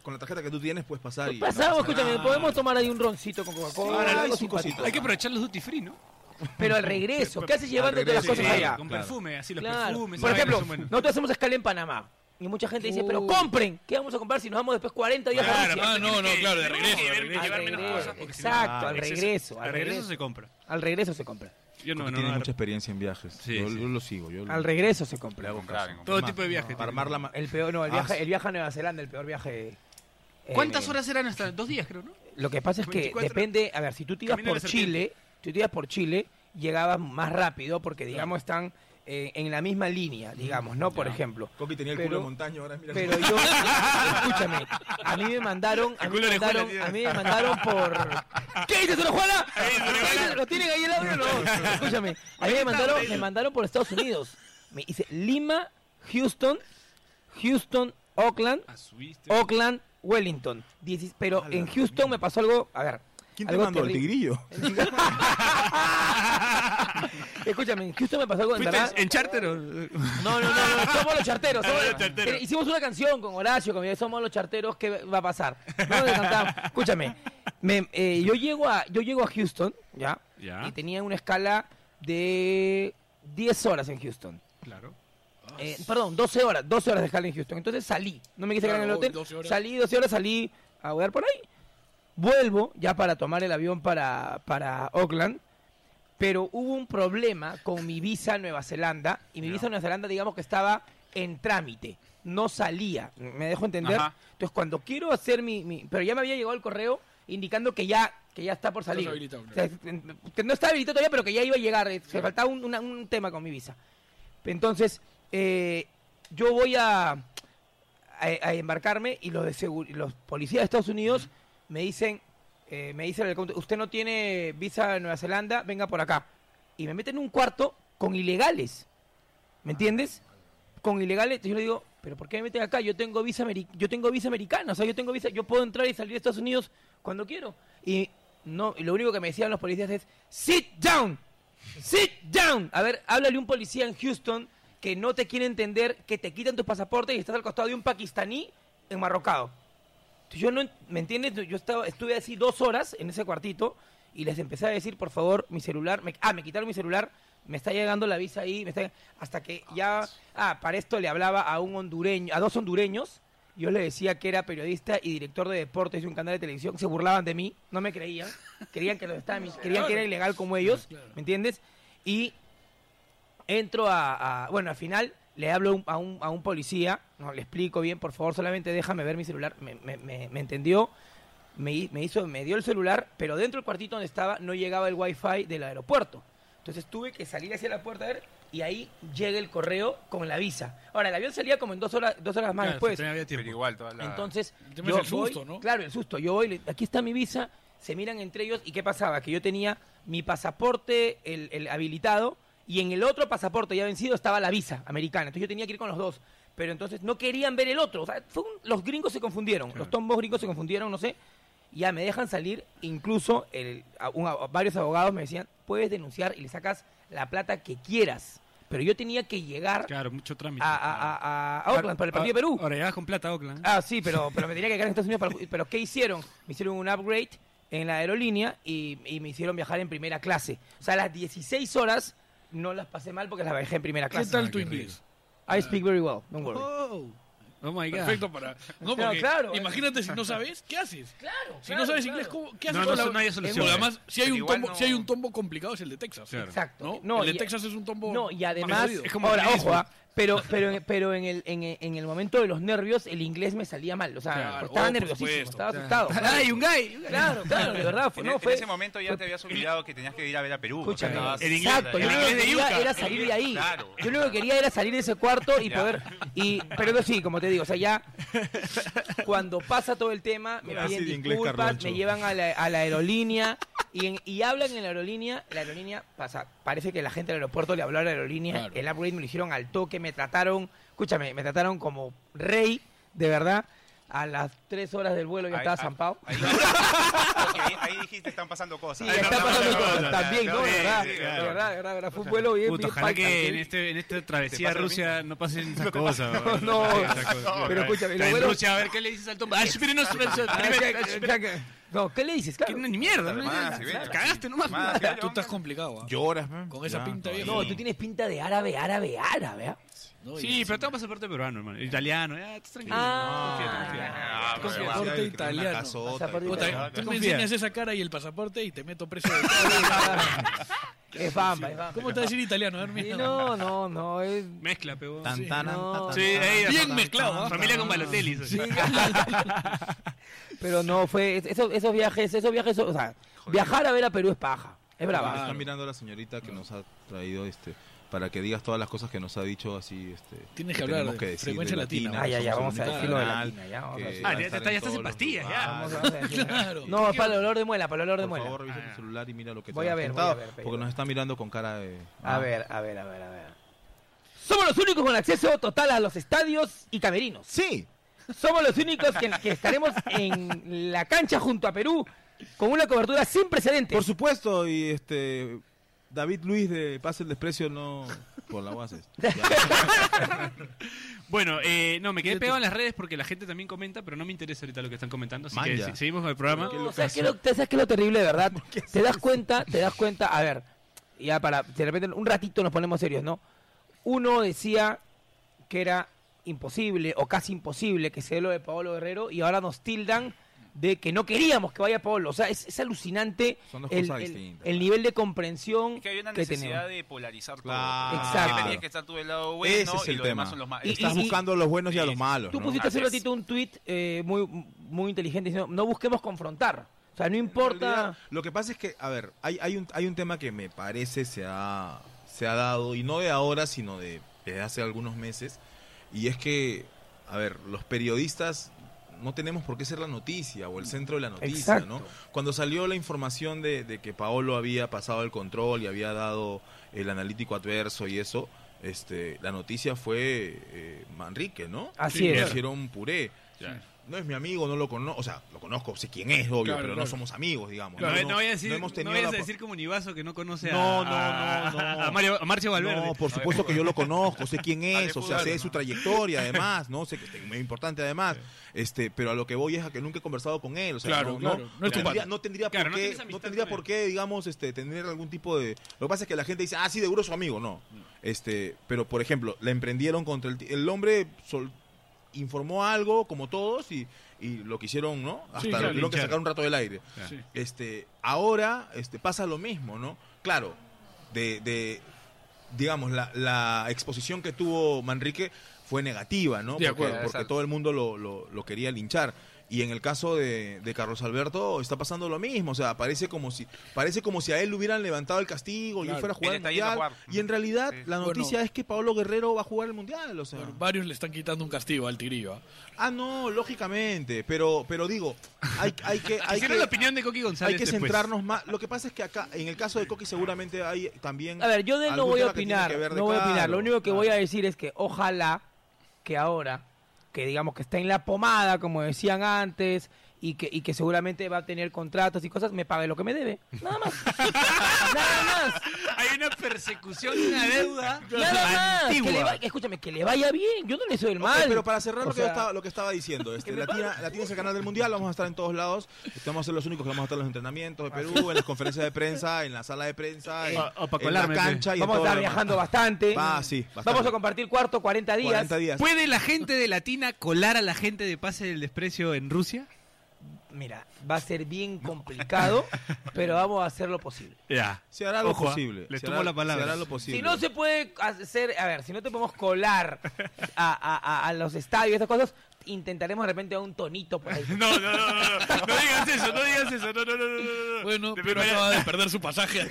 con la tarjeta que tú tienes puedes pasar y... Pasamos, no pasa nada. escúchame, podemos tomar ahí un roncito con Sí, Coca-Cola, algo hay sus simpático. cositas. Hay que aprovechar los duty free, ¿no? Pero al regreso, ¿qué haces llevándote regreso, las cosas sí. allá? con Claro. perfume, así los Claro. perfumes. Por esas ejemplo, vainas son buenas. nosotros hacemos escala en Panamá. Y mucha gente dice, pero compren, ¿qué vamos a comprar si nos vamos después 40 días a Claro, Rusia? Ah, no, no, claro, de Tengo que regreso. de llevar- regreso. Al llevar menos regreso, cosas, porque si no- exacto, al exceso- regreso, al Al regreso regreso. se compra. Al regreso se compra. Yo no, Porque no, tiene no, mucha experiencia en viajes. Sí, yo, sí. yo lo sigo. Yo Al regreso se compra. le hago Comprar, caso. comprar. Todo tipo de viaje Para tiene. armar la ma- El peor, no, el Ah, viaje, sí. el viaje a Nueva Zelanda, el peor viaje. eh, ¿Cuántas horas eran hasta dos días, creo, no? Lo que pasa es que 24. depende, a ver, si tú te ibas Camino de por la serpiente. Chile, si tú te ibas por Chile, llegabas más rápido porque, digamos, están eh, en la misma línea, digamos, ¿no? Por ejemplo. Coqui tenía el Pero- culo de montaña, ahora mira. Pero yo, escúchame, a mí me mandaron, a El mí culo me de Juana, mandaron, tío. a mí me mandaron por... ¿Qué dices, una Juana? Orejuela. ¿Qué dices? ¿Lo tienen ahí el audio o no? Escúchame, a mí me mandaron, me mandaron por Estados Unidos. Me hice Lima, Houston, Houston, Oakland, Asumiste. Oakland, Wellington. Dieci- Pero en Houston me pasó algo, a ver, ¿Quién te algo mandó? ¿El terrible. tigrillo? Escúchame, en Houston me pasó algo, en ¿Fuiste verdad. en, en charter o...? No, no, no, no, somos los charteros. somos Somos los los- charteros. Eh, Hicimos una canción con Horacio, con mi- somos los charteros, ¿qué va a pasar? No, le cantamos. Escúchame, me- eh, yo, llego a, yo llego a Houston, ¿ya? Ya. Y tenía una escala de 10 horas en Houston. Claro. Eh, perdón, 12 horas, 12 horas de escala en Houston. Entonces salí, no me quise Claro, quedar en el obvio, hotel. 12 horas. Salí 12 horas, salí a jugar por ahí. Vuelvo ya para tomar el avión para, para Auckland, pero hubo un problema con mi visa a Nueva Zelanda y mi visa a Nueva Zelanda digamos que estaba en trámite, no salía, me dejo entender. Ajá. Entonces cuando quiero hacer mi, mi- pero ya me había llegado el correo indicando que ya que ya está por salir. habilitado, O sea, que no está habilitado todavía, pero que ya iba a llegar, eh, se faltaba un, una- un tema con mi visa. Entonces, eh, yo voy a, a- a embarcarme y los, de segu- los policías de Estados Unidos me dicen, eh, me dicen, el cont- usted no tiene visa de Nueva Zelanda, venga por acá. Y me meten en un cuarto con ilegales, ¿me entiendes? Con ilegales, yo le digo, pero ¿por qué me meten acá? Yo tengo visa, ameri- yo tengo visa americana, o sea, yo tengo visa, yo puedo entrar y salir de Estados Unidos cuando quiero. Y no, y lo único que me decían los policías es, sit down, Sit down. A ver, háblale a un policía en Houston que no te quiere entender, que te quitan tus pasaportes y estás al costado de un pakistaní en Marrocado. Yo no, en- ¿me entiendes? Yo estaba, estuve así dos horas en ese cuartito y les empecé a decir, por favor, mi celular, me- ah, me quitaron mi celular, me está llegando la visa ahí, me está, hasta que ya, ah, para esto le hablaba a un hondureño, a dos hondureños, yo le decía que era periodista y director de deportes de un canal de televisión, se burlaban de mí, no me creían, creían que lo estaba, creían que era ilegal como ellos, ¿me entiendes? Y entro a, a- bueno, al final le hablo un- a, un, a un policía, no, le explico bien, por favor, solamente déjame ver mi celular, me, me- me- me entendió, me, hi- me hizo, me dio el celular, pero dentro del cuartito donde estaba no llegaba el wifi del aeropuerto. Entonces tuve que salir hacia la puerta a ver, y ahí llega el correo con la visa. Ahora, el avión salía como en dos horas, dos horas más Claro, después. siempre había tiempo. Pero igual, toda la... Entonces, El tema es el susto, voy- ¿no? Claro, el susto. Yo voy, le- aquí está mi visa, se miran entre ellos y ¿qué pasaba? Que yo tenía mi pasaporte, el, el habilitado, y en el otro pasaporte ya vencido estaba la visa americana. Entonces yo tenía que ir con los dos. Pero entonces no querían ver el otro. O sea, fue un- los gringos se confundieron, los tombos gringos se confundieron, no sé. Ya me dejan salir, incluso el- a- un- a- varios abogados me decían, puedes denunciar y le sacas la plata que quieras. Pero yo tenía que llegar Claro, mucho trámite. Ah. a, a, a- a Oakland para el partido de Perú. Ahora llegas con plata a Oakland. Ah, sí, pero, pero me tenía que quedar en Estados Unidos. Para, ¿Pero qué hicieron? Me hicieron un upgrade en la aerolínea y, y me hicieron viajar en primera clase. O sea, las 16 horas no las pasé mal porque las viajé en primera ¿Qué clase. Ah, tal tu inglés? I speak very well, don't worry. Oh, oh my God. Perfecto para. No, Claro, porque claro. imagínate si no sabes, ¿qué haces? Claro, Si no sabes inglés, ¿cómo- ¿qué haces? No, no, con la- no hay solución. Porque además, si hay, Pero un igual tombo, no- si hay un tombo complicado es el de Texas. Claro. Exacto. ¿No? No, el de y- Texas es un tombo. No, y además, más jodido. es como ahora, el ojo, mismo. ah, pero, pero, en- pero en, el, en, el- en el momento de los nervios, el inglés me salía mal. O sea, Claro, porque estaba oh, por nerviosísimo, supuesto. estaba Claro. asustado. ¡Ay, un guy! Claro, claro, de verdad. Fue, En, e- no, en fue, ese momento ya fue- te habías olvidado que tenías que ir a ver a Perú. o sea, Escúchame, estabas- El inglés- exacto, el yo lo inglés que de quería Yuca. era salir de ahí. Claro. Yo lo que quería era salir de ese cuarto y Ya. poder y pero eso sí, como te digo, o sea, ya cuando pasa todo el tema, me Clase de piden inglés, disculpas, Carloncho. me llevan a la, a la aerolínea y, en- y hablan en la aerolínea, la aerolínea pasa, parece que la gente del aeropuerto le habló a la aerolínea, Claro. el upgrade me lo hicieron al toque, me trataron, escúchame, me trataron como rey, de verdad. A las tres horas del vuelo ya Ahí- estaba ahí- zampado. Ahí, porque ahí- ahí dijiste, están pasando Sí, cosas. ya Ahí está están pasando pasando cosas también, ¿no? De Sí, verdad, sí, de claro. verdad, de verdad, de verdad. Fue un vuelo bien, Puta, bien ojalá palpante. que en, este, en esta travesía a pasa lo Rusia no pasen esas cosas. weón. No, pasen esas cosas, pero weón. escúchame, lo En bueno- Rusia, a ver, ¿qué le dices al tombo? ¡Ay, pero no! Ah, que- que- que- No, ¿qué le dices? ¡Que Claro. no ni mierda! no, Además, ya, sí, ya, sí. ¡Cagaste nomás! Más, ya, Tú estás ya. complicado. ¿ah? Lloras, man. Con esa ¿eh? Ya, pinta no, vieja. No, tú tienes pinta de árabe, árabe, árabe, ¿ah? No, y Sí, es- pero tengo pasaporte peruano, hermano. Italiano, ya, estás tranquilo. Ah. Confía, confía. Ah, Confía. bueno, Pasaporte Pasaporte italiano. Pasaporte Puta, italiano. tú me Confía. enseñas esa cara y el pasaporte y te meto preso de Es bamba, es bamba. ¿Cómo te va a decir italiano? A ver, Sí, mira. no, no, no. Es... Mezcla, pegó. Sí, Tan, tan, no. tan, tan, Sí, ahí, Bien tan, mezclado, tan, ¿ah? ¿eh? Familia con Balotelli. soy. Pero no, fue. es- Esos, esos viajes, esos viajes. O sea, viajar a ver a Perú es paja. Es Me brava. está Ah, mirando la señorita que nos ha traído este para que digas todas las cosas que nos ha dicho así este Tienes que hablar tenemos de que decir frecuencia de latina. Ah, ya, que ya, somos vamos el a único decirlo de canal latina, ya, vamos a que decirlo. va Ah, ya estar está- ya en estás todos en los pastillas, ya. lugares. Vamos a ver. Claro. No, es para el olor de muela, para el olor de Por muela. favor, revisa Ah, ya. tu celular y mira lo que Voy te a has ver, voy contado, a ver, Pedro. porque nos está mirando con cara de ah, A ver, a ver, a ver, a ver. Ah. Somos los únicos con acceso total a los estadios y camerinos. Sí. Somos los únicos que, que estaremos en la cancha junto a Perú con una cobertura sin precedentes. Por supuesto, y este David Luis de Pase el Desprecio no por la bases. Bueno, eh, no, me quedé pegado en las redes porque la gente también comenta, pero no me interesa ahorita lo que están comentando, así que Manja. si- seguimos con el programa. No, ¿sabes, qué es lo, te- ¿Sabes qué es lo terrible, de verdad? Te das cuenta, te das cuenta, a ver, ya para, de repente un ratito nos ponemos serios, ¿no? Uno decía que era imposible o casi imposible que se dé lo de Paolo Guerrero y ahora nos tildan de que no queríamos que vaya Paolo. O sea, es, es alucinante Son dos el, cosas el- distintas. el nivel de comprensión Es que hay una que necesidad tenemos. de polarizar todo. Claro. Exacto. Que tenías que estar tú del lado bueno Ese es y el los tema. demás son los malos. Y- Estás buscando a los buenos y a los malos. Tú ¿no? pusiste hace un Así es. ratito un tuit eh, muy, muy inteligente diciendo, no busquemos confrontar. O sea, En no realidad, importa... Lo que pasa es que, a ver, hay, hay, un, hay un tema que me parece se ha, se ha dado, y no de ahora, sino de desde hace algunos meses, y es que, a ver, los periodistas no tenemos por qué ser la noticia o el centro de la noticia, Exacto. ¿no? Cuando salió la información de, de que Paolo había pasado el control y había dado el analítico adverso y eso, este, la noticia fue eh, Manrique, ¿no? Así Sí, es. le hicieron puré. No es mi amigo, no lo conozco, o sea, lo conozco, sé quién es, obvio, Claro, pero no claro. somos amigos, digamos. No, no, vayas a decir, no no hemos tenido vayas la a po- decir como Nivazo que no conoce a, No, no, a- no, no. a Mario, a Marcio Valverde. No, pues, por supuesto que yo lo conozco, sé quién Ah, de es, o sea, fútbol, sé ¿no? su trayectoria, además, no sé que es muy importante, además. Este, pero a lo que voy es a que nunca he conversado con él, o sea, Claro, no, claro, no, no es tu tendría, pata. no tendría Claro, no por qué, tienes no, amistad tendría con por él. qué, digamos, este, tener algún tipo de. Lo que pasa es que la gente dice, ah, sí, de seguro es su amigo, no. Este, pero por ejemplo, la emprendieron contra el, ti- el hombre sol- informó algo como todos y, y lo quisieron, ¿no? Hasta Sí, lo claro, tuvieron que lincharon. sacar un rato del aire. Sí. Este, ahora este, pasa lo mismo, ¿no? Claro, de, de- digamos, la, la exposición que tuvo Manrique fue negativa, ¿no? porque, De acuerdo. porque Exacto. todo el mundo lo, lo- lo quería linchar. Y en el caso de, de Carlos Alberto está pasando lo mismo, o sea, parece como si parece como si a él le hubieran levantado el castigo y él Claro. fuera a jugar Él el está yendo a mundial. jugar. Y en realidad Sí. la noticia Bueno. es que Pablo Guerrero va a jugar el mundial, o sea. Bueno, varios le están quitando un castigo al tirillo. ¿ah? Ah, no, lógicamente, pero pero digo, hay, hay que hay Quisiera que- la opinión de Coqui González hay que después. centrarnos más. Lo que pasa es que acá, en el caso de Coqui, seguramente hay también. A ver, yo de él no algún voy a tema que tiene opinar. que ver de No voy a opinar. Lo Carlos. único que Ah. voy a decir es que ojalá que ahora, que digamos que está en la pomada, como decían antes, y que, y que seguramente va a tener contratos y cosas, me pague lo que me debe. Nada más. Nada más. Hay una persecución, una deuda Nada más. Que le antigua. va- escúchame, que le vaya bien. Yo no le soy el Ok, mal. pero para cerrar O lo que, sea, yo estaba, lo que estaba diciendo, este, me Latina, Latina es el canal del mundial, vamos a estar en todos lados. Este, Vamos a ser los únicos que vamos a estar en los entrenamientos de Perú, en las conferencias de prensa, en la sala de prensa, en, Ah, ah, para en la colarme, cancha y Eh, Vamos a en todo estar lo demás. viajando bastante. Va, sí, bastante. Vamos a compartir cuarto 40 días. 40 días. ¿Puede la gente de Latina colar a la gente de Pase del Desprecio en Rusia? Mira, va a ser bien complicado, pero vamos a hacer lo posible. Ya. Se hará lo Ojo, ah, posible. les se tomo hará- la palabra. Se hará lo posible. Si no se puede hacer, a ver, si no te podemos colar a, a- a- a los estadios y esas cosas, intentaremos de repente un tonito por ahí. No, no, no, no, no, no, no digas eso, no digas eso, no, no, no, no, no, no. Bueno, De pero primera- acaba de perder su pasaje a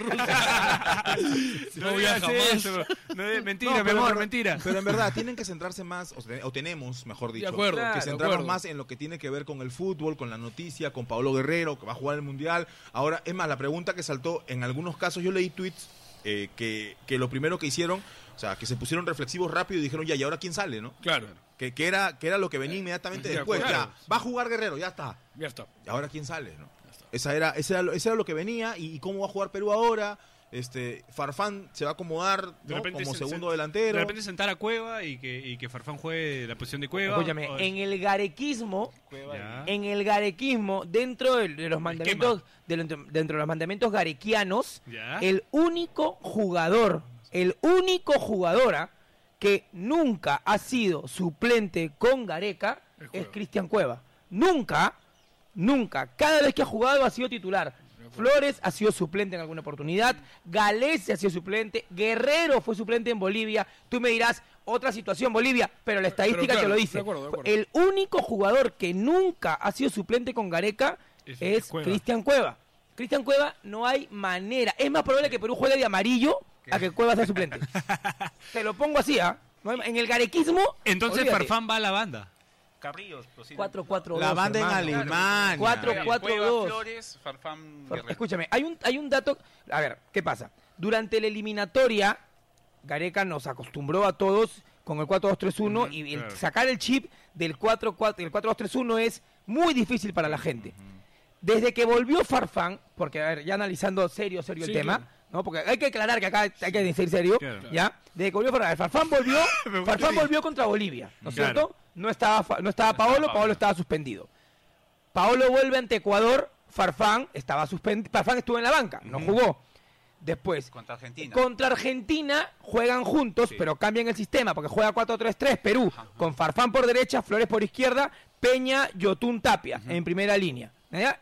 Rusia. no no digas viaja más. eso, no digas- No, mentira, mi pero en amor, verdad- mentira. Pero en verdad, tienen que centrarse más, o, te- o tenemos, mejor dicho, acuerdo, que claro, centrarnos de acuerdo. más en lo que tiene que ver con el fútbol, con la noticia, con Pablo Guerrero, que va a jugar el Mundial. Ahora, es más, la pregunta que saltó, en algunos casos yo leí tweets eh, que, que lo primero que hicieron, o sea, que se pusieron reflexivos rápido y dijeron, ya, ¿y ahora quién sale, no? Claro, Que, que era, que era lo que venía inmediatamente de después. acuerdo. ya, va a jugar Guerrero, ya está. ya está. ¿Y ahora quién sale? ¿no? Esa era, ese, era lo, ese era lo que venía y, y cómo va a jugar Perú ahora. Este, Farfán se va a acomodar ¿no? como se- segundo se- delantero. De repente sentar a Cueva y que, y que Farfán juegue la posición de Cueva. Escúchame, O- en el garequismo, Ya. en el garequismo, dentro del- de, los mandamientos, de lo- dentro de los mandamientos garequianos, Ya. el único jugador, el único jugadora que nunca ha sido suplente con Gareca Es Cueva. es Cristian Cueva. Nunca, nunca, cada vez que ha jugado ha sido titular. Flores ha sido suplente en alguna oportunidad, Galés ha sido suplente, Guerrero fue suplente en Bolivia. Tú me dirás, otra situación Bolivia, pero la estadística claro, te lo de dice. acuerdo, de acuerdo. El único jugador que nunca ha sido suplente con Gareca Es es Cueva. Cristian Cueva. Cristian Cueva no hay manera. Es más probable que Perú juegue de amarillo a que Cueva sea suplente. te lo pongo así, ¿ah? No hay ma- en el garequismo. Entonces olvídate. Farfán va a la banda. Carrillos, Ah, posible. 4-4-2. La banda en hermano. Alemania. Cuatro, Cueva, cuatro, dos. Flores, Farfán, Por- Guerrero. Escúchame, hay un, hay un dato. A ver, ¿qué pasa? Durante la eliminatoria, Gareca nos acostumbró a todos con el 4-2-3-1 y el- claro. sacar el chip del 4-4 el 4-2-3-1 es muy difícil para la gente. Desde que volvió Farfán, porque a ver, ya analizando serio, serio Sí, el tema, claro. ¿no? Porque hay que aclarar que acá hay que decir serio, Claro. ¿ya? Desde que volvió Farfán, Farfán volvió, Farfán volvió contra Bolivia, ¿no es Claro. cierto? No estaba, Fa- no estaba Paolo, Paolo Paolo. estaba suspendido. Paolo vuelve ante Ecuador, Farfán estaba suspendido, Farfán estuvo en la banca, no jugó. Después, Contra Argentina. contra Argentina juegan juntos, pero cambian el sistema, porque juega 4-3-3 Perú, con Farfán por derecha, Flores por izquierda, Peña, Yotun, Tapia, en primera línea. ¿ya?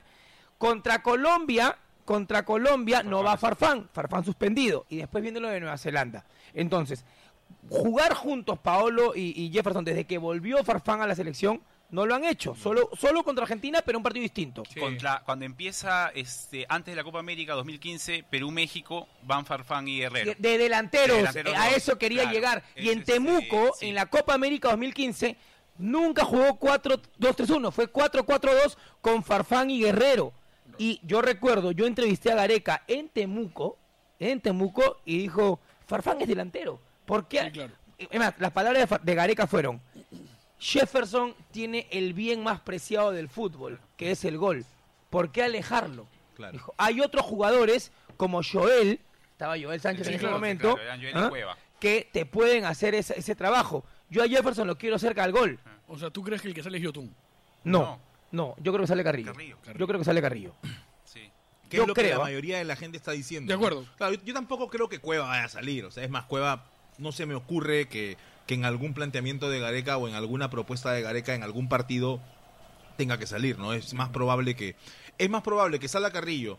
Contra Colombia, contra Colombia no va Farfán, Farfán suspendido, y después viene lo de Nueva Zelanda. Entonces, jugar juntos Paolo y, y Jefferson desde que volvió Farfán a la selección, no lo han hecho, solo, solo contra Argentina, pero un partido distinto. Contra- cuando empieza este antes de la Copa América 2015, Perú-México, van Farfán y Guerrero. De De delanteros, delanteros, eh, a no, eso quería claro. llegar. Y Ese en es, Temuco, eh, sí. en la Copa América 2015, nunca jugó 4-2-3-1, fue 4-4-2 con Farfán y Guerrero. Y yo recuerdo, yo entrevisté a Gareca en Temuco, en Temuco, y dijo, Farfán es delantero. ¿Por qué? Sí, claro. Es más, las palabras de Fa- de Gareca fueron, Jefferson tiene el bien más preciado del fútbol, que es el gol. ¿Por qué alejarlo? Claro. Dijo, hay otros jugadores como Joel, estaba Joel Sánchez Sí, en ese claro, sí, momento, claro, eran Joel y ¿ah? Cueva. que te pueden hacer ese, ese trabajo. Yo a Jefferson lo quiero cerca al gol. O sea, ¿tú crees que el que sale es Yotun? No, no, yo creo que sale Carrillo. Carrillo, Carrillo. Yo creo que sale Carrillo. Sí. Que Yo es lo que creo, la ¿ah? mayoría de la gente está diciendo. De acuerdo. Claro, yo, yo tampoco creo que Cueva vaya a salir. O sea, es más, Cueva no se me ocurre que, que en algún planteamiento de Gareca o en alguna propuesta de Gareca en algún partido tenga que salir, ¿no? Es más probable que. Es más probable que salga Carrillo.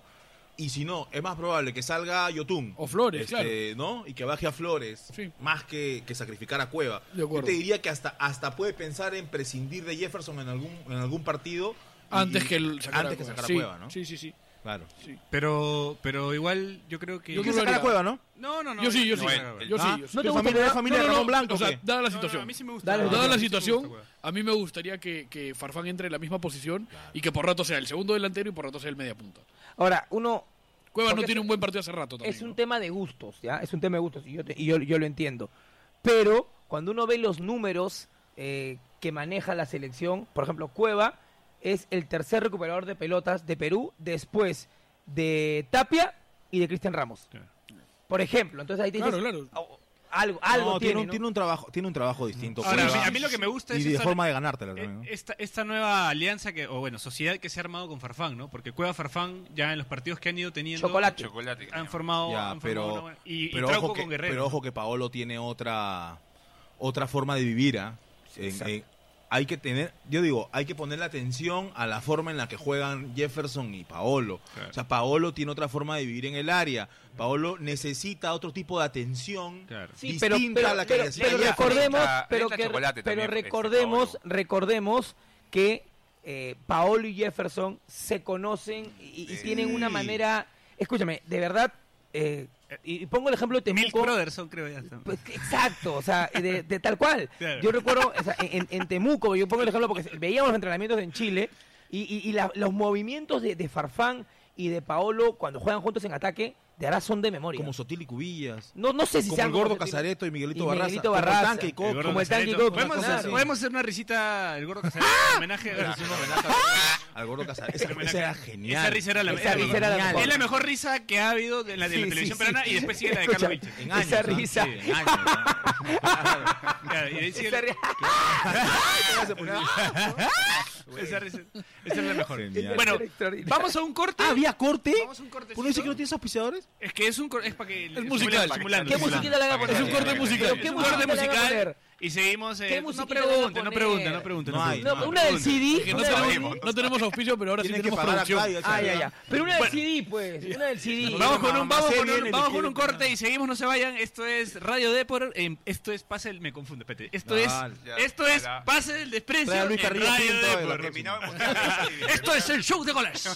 Y si no, es más probable que salga Yotun. Este, O Flores, claro. ¿no? Y que baje a Flores. Sí. Más que, que sacrificar a Cueva. De acuerdo. Yo te diría que hasta, hasta puede pensar en prescindir de Jefferson en algún, en algún partido. y- Antes que el antes sacar a que Cueva. sacar a Sí, Cueva, ¿no? Sí, sí, sí. Claro. Pero, pero igual yo creo que. Yo Yo quiero lo sacar a haría. Cueva, ¿no? No, no, no. Yo sí, yo no, sí. no, Bueno, no, no. el- Yo sí. ¿No te ¿Tu gusta familia el- es familia No, de no, no, Ramón Blanco? o sea, o qué? dada No, la no, situación. a mí sí me gusta. Dale, Dada Cueva. la Sí me gusta situación, Cueva. a mí me gustaría que, que Farfán entre en la misma posición y que por rato sea el segundo delantero y por rato sea el media punta. Ahora, uno Cueva Porque no tiene es- un buen partido hace rato también. es un ¿no? tema de gustos, ¿ya? Es un tema de gustos y yo, te- y yo, yo lo entiendo. Pero cuando uno ve los números eh, que maneja la selección, por ejemplo, Cueva es el tercer recuperador de pelotas de Perú después de Tapia y de Cristian Ramos. Claro. Por ejemplo, entonces ahí te dices, oh, Claro, claro. algo, algo No, tiene, un, ¿no? tiene un trabajo, tiene un trabajo distinto. Ahora, Cueva. a mí- a mí lo que me gusta y es de esa- forma de ganártela Eh, también. ¿no? Esta, esta nueva alianza que, o bueno, sociedad que se ha armado con Farfán, ¿no? Porque Cueva Farfán ya en los partidos que han ido teniendo Chocolate. Chocolate. han formado, Ya, han formado una pero, buena- y, y pero Trauco ojo que, con Guerrero. pero ojo que Paolo tiene otra otra forma de vivir. ¿ah? En- en- hay que tener, yo digo, hay que ponerle atención a la forma en la que juegan Jefferson y Paolo. Claro. O sea, Paolo tiene otra forma de vivir en el área. Paolo necesita otro tipo de atención Claro. Sí, distinta pero, pero, a la que pero- le hacía pero Jefferson. recordemos, Entra- pero, entra que- chocolate pero también, este, recordemos, Paolo. recordemos que eh, Paolo y Jefferson se conocen y, y Sí. tienen una manera, escúchame, de verdad, eh, y, y pongo el ejemplo de Milk Temuco. Brothers son, creo ya. son. Pues, exacto, o sea, de, de tal cual. Claro. Yo recuerdo o sea, en, en Temuco, yo pongo el ejemplo porque veíamos los entrenamientos en Chile y, y- y la- los movimientos de, de Farfán y de Paolo cuando juegan juntos en ataque, de ahora son de memoria. Como Sotil y Cubillas. no, no sé si como sean el gordo como- Casareto y Miguelito, y Barraza. Miguelito como el Barraza. Tanque y Coco. El gordo como el Casareto. Tanque Coco, ¿Podemos, una cosa así. podemos hacer una risita el gordo Casareto, ¡Ah! homenaje a su Al gordo Casareto. ¡Ah! Esa, esa era genial. Esa risa era la, Esa era la- risa era la mejor. Es la mejor risa que ha habido de la, de la Sí, televisión sí, peruana sí. y después sigue la de Escucha, Carlos Viche. En años, esa ¿ah? risa. Sí, en años, ¿ah? Claro, y ahí sigue Esa la- ri- esa risa. Esa es la mejor. Genial. Bueno, Era extraordinario. vamos a un corte. Ah, ¿Había corte? Vamos a un corte. ¿Por no dice que no tienes auspiciadores? Es que es un cor- es para que musical. simulando, simulando. ¿Qué musiquita le van a poner? Es un corte musical. ¿Pero Es ¿Qué un corte musiquita le van a musical poner? Y seguimos. eh, ¿Qué no, musiquita pregunte, le van a no pregunte, poner? no pregunte, No hay, pregunte. No, no, una del pregunte. CD. Que no, una del- tenemos, no tenemos auspicio, pero ahora sí Tienen que tenemos pagar acá producción. y acá. Ah, ya, ya. Pero una del CD, pues. Una del CD. Vamos con un, vamos Mamacé con viene un, y vamos le con un quiere- corte y seguimos, no se vayan. Esto es Radio Depor, en- esto es Pase el... Me confundo, espérate. Esto es, Dale. esto es Ya. Pase del Desprecio Trae a Luis en Carrillo Radio Pinto de la Depor. próxima. Terminaba en Mostaza. Esto es el show de goles.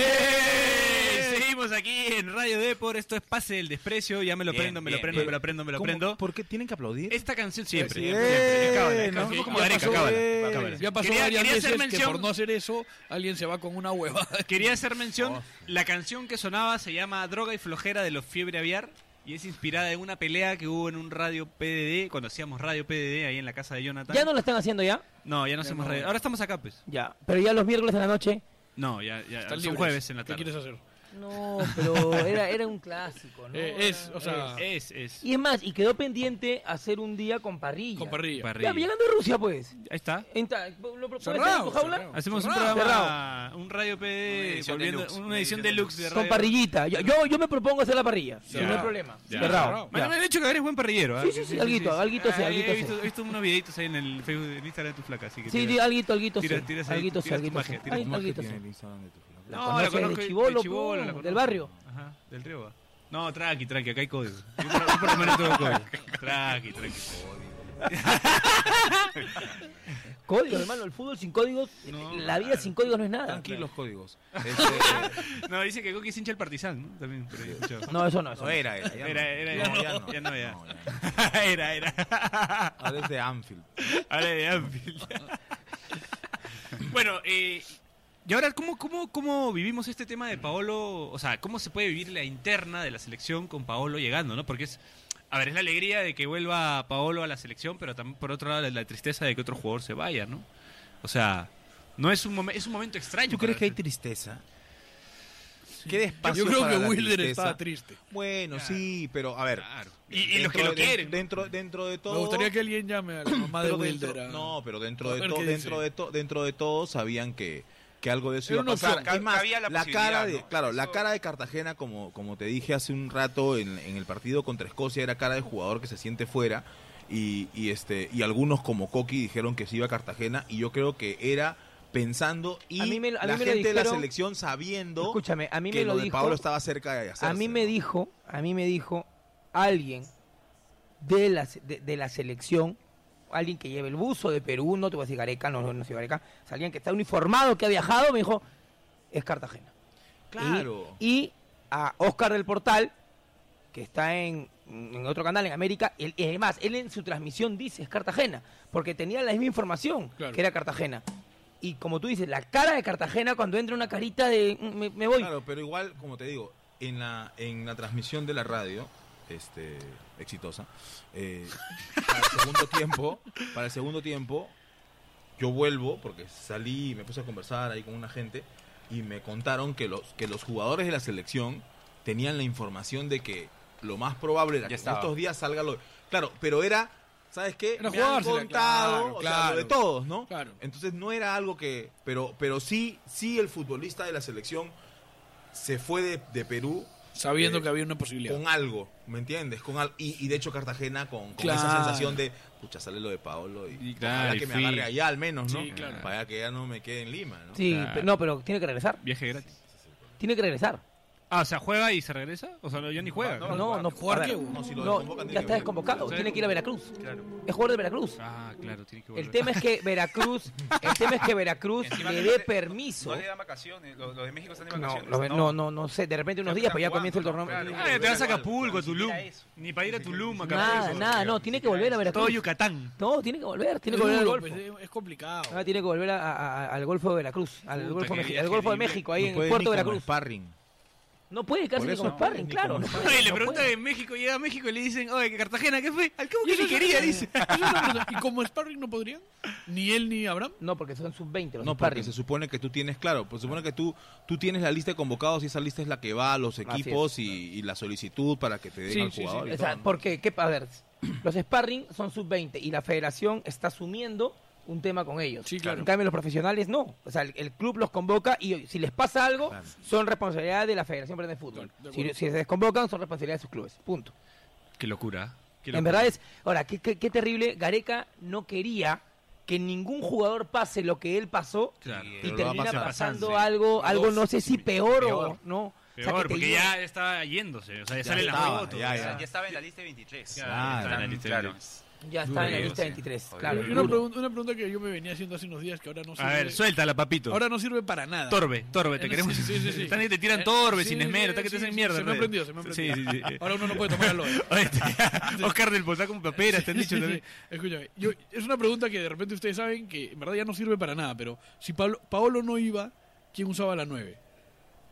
Eh, Seguimos aquí en Radio Depor, esto es Pase del Desprecio, ya me lo Bien, prendo, me lo bien, prendo, bien. me lo prendo, me lo ¿Cómo? prendo. ¿Por qué tienen que aplaudir? Esta canción siempre, Sí, siempre, siempre, es cábala, es no, cábala, no, como ya Gareca, pasó, cábala, eh. cábala. Ya pasó Quería- varias quería hacer veces que mención- por no hacer eso, alguien se va con una huevada. Quería hacer mención, Oh. la canción que sonaba se llama Droga y Flojera de los Fiebre Aviar y es inspirada en una pelea que hubo en un radio PDD, cuando hacíamos radio PDD ahí en la casa de Jonathan. ¿Ya no lo están haciendo ya? No, ya no hacemos radio. Ahora estamos acá, pues. Ya. Pero ya los miércoles de la noche. No, ya, ya Están son libres. jueves en la ¿Qué quieres tarde. hacer? No, pero era, era un clásico, ¿no? Eh, es, o sea, Es, es. Y es más, y quedó pendiente hacer un día con parrilla. con parrilla. Ya, Parrilla. llegando a Rusia, pues. Ahí está. En ta- ¿Lo propuedes Cerrado, en tu jaula? cerrado. Hacemos un Oh, Cerrado. programa, un radio PDD, edición volviendo- deluxe, una una edición edición deluxe de Con radio. parrillita. Yo, yo, yo me propongo hacer la parrilla. Ya. No hay problema. Ya. Cerrado. Bueno, me han dicho que eres buen parrillero. ¿ah? Sí, sí, sí, ¿eh? alguito, alguito sí, Ah, alguito He sí. visto, he visto unos videitos ahí en el Facebook, en Instagram de tu flaca, así que... Sí, tira. di- alguito, alguito, sí. Tiras- tiras ahí, Alguito, sí, tiras tu alguito, sí. magia, tiras tu ¿Cómo Ay, es que alguito, sí. tiene el Instagram de tu flaco? La No, la conoces conozco de de chibolo, chibolo, po, la conozco. del barrio. Ajá, del Riego. No, tranqui, tranqui, acá hay código. Yo por, yo por lo menos tengo código. Tranqui, tranqui. Códigos, hermano, el fútbol sin códigos, No, la vida claro. sin códigos no es nada. Tranquilos códigos. Este, No, dice que Coqui es hincha el Partizan, ¿no? También, por ahí he escuchado. No, eso no, eso no no. era, era. Era, era, ya no, ya no, ya. no. era, era. Ahora es de Anfield. Ahora de Anfield. bueno, eh, y ahora, ¿cómo, cómo, ¿cómo vivimos este tema de Paolo? O sea, ¿cómo se puede vivir la interna de la selección con Paolo llegando, no? Porque es. A ver, es la alegría de que vuelva Paolo a la selección, pero también por otro lado la, la tristeza de que otro jugador se vaya, ¿no? O sea, no es un, momen- es un momento extraño. ¿Tú crees que hay para- tristeza? ¿Qué despacio Yo creo para que la Wilder tristeza? estaba triste. Bueno, Claro. sí, pero a ver. Claro. Y, y los que lo dentro de- quieren. Dentro, dentro de todo. Me gustaría que alguien llame a la mamá de pero Wilder. dentro- a- no, pero dentro a de ver todo, qué dentro dice. de todo, dentro de todo sabían que, que algo de eso Era iba a una pasar. opción. Es más, Cabía la la, cara de, posibilidad, ¿no? claro, la Eso- cara de Cartagena, como, como te dije hace un rato en, en el partido contra Escocia, era cara de jugador que se siente fuera. y, y, este, y algunos como Coqui dijeron que se iba a Cartagena y yo creo que era pensando y A mí me lo- a la mí me lo gente de la dijeron- selección sabiendo Escúchame, a mí que me lo, lo de dijo. Pablo estaba cerca de hacerse. a mí me ¿no? dijo, a mí me dijo alguien de la, se- de, de la selección, alguien que lleve el buzo de Perú, no te voy a decir Gareca, no, no, no soy Gareca, o sea, alguien que está uniformado, que ha viajado, me dijo, es Cartagena. Claro. Y, y a Oscar del Portal, que está en, en otro canal en América, él- y además, él en su transmisión dice es Cartagena, porque tenía la misma información Claro. que era Cartagena. Y como tú dices, la cara de Cartagena cuando entra una carita de "Mm, me, me voy. Claro, pero igual, como te digo, en la, en la transmisión de la radio, este, exitosa, eh, para el segundo tiempo, para el segundo tiempo, yo vuelvo, porque salí y me puse a conversar ahí con una gente, y me contaron que los, que los jugadores de la selección tenían la información de que lo más probable era Ya que en estaba. estos días salga lo. Claro, pero era. ¿Sabes qué? Era me han jugársela, contado, claro, o sea, claro. lo de todos, ¿no? Claro. Entonces no era algo que, pero, pero sí, sí el futbolista de la selección se fue de, de Perú Sabiendo eh, que había una posibilidad. con algo, ¿me entiendes? Con al- y, y de hecho Cartagena con, con esa Claro. sensación de, pucha, sale lo de Paolo y, Y ojalá claro, y que me fui. agarre allá al menos, ¿no? Sí, claro. Para que ya no me quede en Lima, ¿no? Sí, Claro. pe- no, pero tiene que regresar. Viaje gratis. Tiene que regresar. Ah, o sea, juega y se regresa. O sea, no, ya ni juega. No, No, no, ¿jugar a qué, ver, huevón? No, si lo no, desconvocan, tiene que ya está volver. desconvocado. Sí. Tiene que ir a Veracruz. Claro. Es jugador de Veracruz. Ah, claro, tiene que volver. El tema es que Veracruz, el tema es que Veracruz Encima le que no dé le- permiso. No le dan vacaciones, los, los de México están de No, vacaciones. lo ve- no, no, no sé, de repente Ya unos días, están pero ya comienza el jugando, torneo. no, claro. Ah, ya te vas a Acapullo, a Ni siquiera Tulum. eso. Ni para ir a Tulum, a Nada, Acapulco. nada, no, tiene que volver a Todo Veracruz. Yucatán. No, tiene que volver, tiene Es que volver al duro, Golfo. pues, es- es complicado. Ah, tiene que volver a- a- a- al Golfo de Veracruz, al Puta, Golfo, qué de Meji- al viaje Golfo de libre. México, ahí No en puede Puerto ni con el Veracruz. sparring. No puede quedarse Por ni eso con no, sparring, ni claro. con no sparring. puede, Oye, le no preguntan puede. en México, llega a México y le dicen, oye, que Cartagena, ¿qué fue? Al cabo Y que eso ni es- quería, dice. eso es una cosa. ¿Y como Sparring no podrían? Ni él ni Abraham. No, porque son sub-20 los No, porque sparring. se supone que tú tienes, claro, pues se supone que tú, tú tienes la lista de convocados y esa lista es la que va a los Así es. equipos y, y la solicitud para que te den Sí, al sí, sí. jugador. y O sea, todo, ¿no? porque, ¿qué, a ver, los sparring son sub-20 y la federación está asumiendo un tema con ellos. Sí, claro. En cambio, los profesionales no. O sea, el, el club los convoca y si les pasa algo, Claro. son responsabilidad de la Federación Peruana de Fútbol. Claro, de si, acuerdo. si se desconvocan, son responsabilidad de sus clubes. Punto. Qué locura. qué En locura. verdad es. Ahora, qué, qué- qué terrible. Gareca no quería que ningún jugador pase lo que él pasó Claro. y eh, Pero lo va a termina pasar. pasando Sí. algo, algo no sé si peor, o Peor. no. O sea, Peor, que te porque digo- ya estaba yéndose. O sea, ya, Ya sale estaba, la foto. ya, o O sea, ya. sea, ya estaba en la lista de 23. Claro, estaba Ah, en la están- lista de claro. 23. ya está en la Duro, lista sí. 23. Joder, Claro. Y una, pregunta, una pregunta que yo me venía haciendo hace unos días que ahora no sirve. A ver, suéltala, papito. ahora no sirve para nada. Torbe, Torbe, te Sí, queremos. sí, sí, sí. Están ahí, te tiran Eh, Torbe, sí, sin sí, esmero, hasta que te sí, hacen sí, mierda. se me ha Torbe. prendido, se me ha prendido. Sí, sí, sí. Ahora uno no puede tomar aloe. Oye, este, Oscar del Portal como papera, te han dicho Sí, sí, también. sí. Escúchame, yo- es una pregunta que de repente ustedes saben que en verdad ya no sirve para nada, pero si Pablo, Paolo no iba, ¿quién usaba la 9?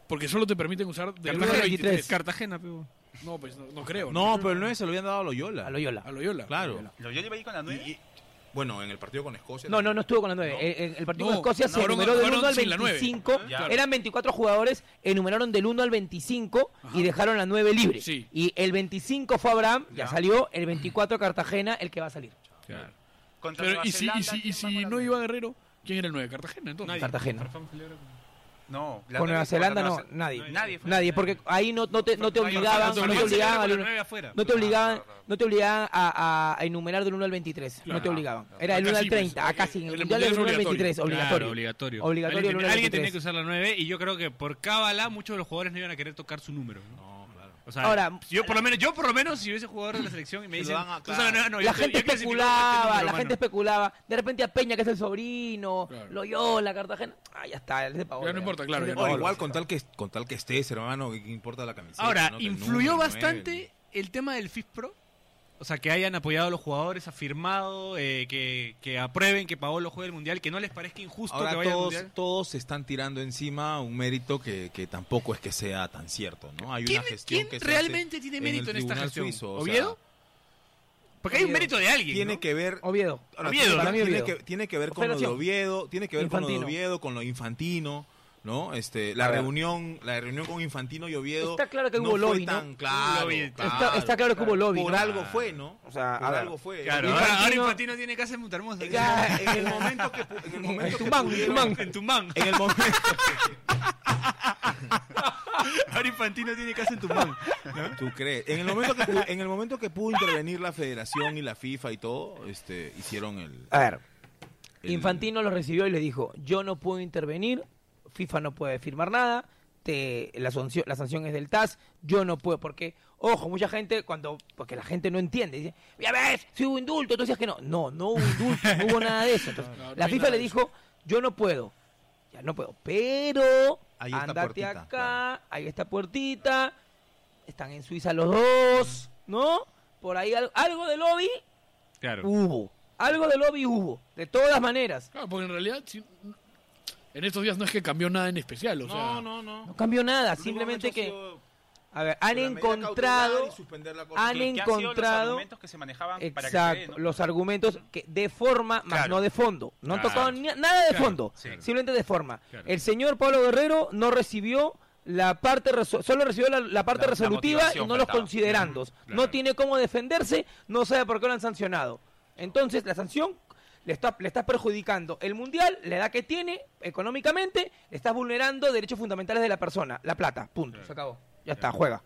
Porque solo te permiten usar de Cartagena 23. Cartagena, pego. No, pues no, no creo. No, pero el 9 se lo habían dado a Loyola. A Loyola. A Loyola. Claro. Lo- Yo le iba a ir con la 9. Y- y- bueno, en el partido con Escocia. No, no, no estuvo con la 9. El, el- el partido con No, Escocia se jugaron- enumeró del jugaron 1 al sin la nueve. 25. Ya. Eran 24 jugadores, enumeraron del 1 al 25 y dejaron la 9 libre. Sí. Y el 25 fue Abraham, ya, Ya. salió. El 24 Cartagena, el que va a salir. Claro. Contra Pero, Nueva y si, y Zelanda, si, y ¿quién si va con la no nueve? iba Guerrero, ¿quién era el 9? Cartagena, entonces. Cartagena. No, la nueve- Con Nueva Zelanda no, Nueva Ze- nadie. Nadie fue. Nadie, porque ahí no, no te, no te obligaban, Farfán no te se obligaban, a- afuera. no te obligaban, No, no, no. no te obligaban a, a- a enumerar del 1 al 23. No Claro. te obligaban. Era del 1 Acá al sí, pues, 30, acá sí. En el el mundial Mundial del es 1 al obligatorio. 23, obligatorio. Claro, obligatorio. Obligatorio alguien, el tenía- uno al alguien tenía 23. que usar la 9 y yo creo que por cábala muchos de los jugadores no iban a querer tocar su número. ¿no? O sea, Ahora- yo por lo menos, yo por lo menos si hubiese jugador de la selección y me Se lo dicen, dan a- tú sabes, no, no, yo la estoy- gente yo clasifico con especulaba, este número, la mano. gente especulaba. De repente a Peña, que es el sobrino, Claro. Loyola, Cartagena. Ah, ya está, él es de Paolo. Ya no importa, claro, Él ya es de no. O Paolo. igual con tal que con tal que estés, hermano, que importa la camiseta. Ahora, ¿no? Que el influyó número, bastante nueve. el tema del FIFPRO. O sea, que hayan apoyado a los jugadores, afirmado, eh, que, que aprueben que Paolo juegue el mundial, que no les parezca injusto Ahora que vaya todos, al mundial. todos se están tirando encima un mérito que, que tampoco es que sea tan cierto, ¿no? Hay ¿Quién, una gestión quién que se realmente hace tiene en mérito el en, esta tribunal gestión? suizo, o sea, ¿Oviedo? Porque hay un Oviedo. mérito de alguien. tiene ¿no? que ver Oviedo. Ahora, Oviedo, tiene- para mí tiene, Oviedo. que, tiene que ver con lo de Federación. Oviedo, tiene que ver con lo Infantino. de Oviedo, con lo de Infantino, ¿no? Este, la A ver. reunión, la reunión con Infantino y Oviedo Está claro que no hubo fue lobby, ¿no? tan claro, Lobby, está- Está, claro. está claro que hubo lobby. Por ¿no? algo fue, ¿no? O sea, a por ver. algo fue. Claro, Era- ahora, ahora Infantino- Infantino tiene casa en Montermosa. Ya, en el momento que pu- en el momento que Tumbán, pudieron- Tumbán. En Tumbán. en el momento Pedro Infantino tiene casa en Tumbán. ¿Tú crees? En el momento que pudo, en el momento que pudo intervenir la Federación y la FIFA y todo, este, hicieron el, A ver, el- Infantino lo recibió y le dijo, yo no puedo intervenir, FIFA no puede firmar nada, te, la, sanción, la sanción es del TAS, yo no puedo, porque, ojo, mucha gente, cuando, porque la gente no entiende, dice, ya ves, si hubo indulto, tú decías que no, no, no hubo indulto, no hubo nada de eso. Entonces, No, no la hay FIFA nada le de dijo, yo no puedo, ya no puedo, pero, Ahí está andate puertita, acá, claro. ahí está puertita, están en Suiza los dos, ¿no? Por ahí al- algo de lobby Claro. hubo. Algo de lobby hubo, de todas maneras. Claro, porque en realidad, si- en estos días no es que cambió nada en especial. O sea, No, no, no. No cambió nada, Lo único simplemente han que... hecho ha sido A ver, han la medida cautelar encontrado... y suspender la han que- que han sido los encontrado... argumentos que se manejaban para que se dé, Exacto, ¿no? los argumentos que de forma, más Claro. no de fondo. No han Claro. tocado ni- nada de Claro, fondo, sí. simplemente de forma. Claro. El señor Pablo Guerrero no recibió la parte reso- solo recibió la, la parte La- la resolutiva y motivación no los faltaba. considerandos. Claro. No tiene cómo defenderse, no sabe por qué lo han sancionado. Entonces, la sanción le está, le está perjudicando el mundial, la edad que tiene económicamente, le estás vulnerando derechos fundamentales de la persona, la plata, punto, Claro. se acabó. Ya está, juega.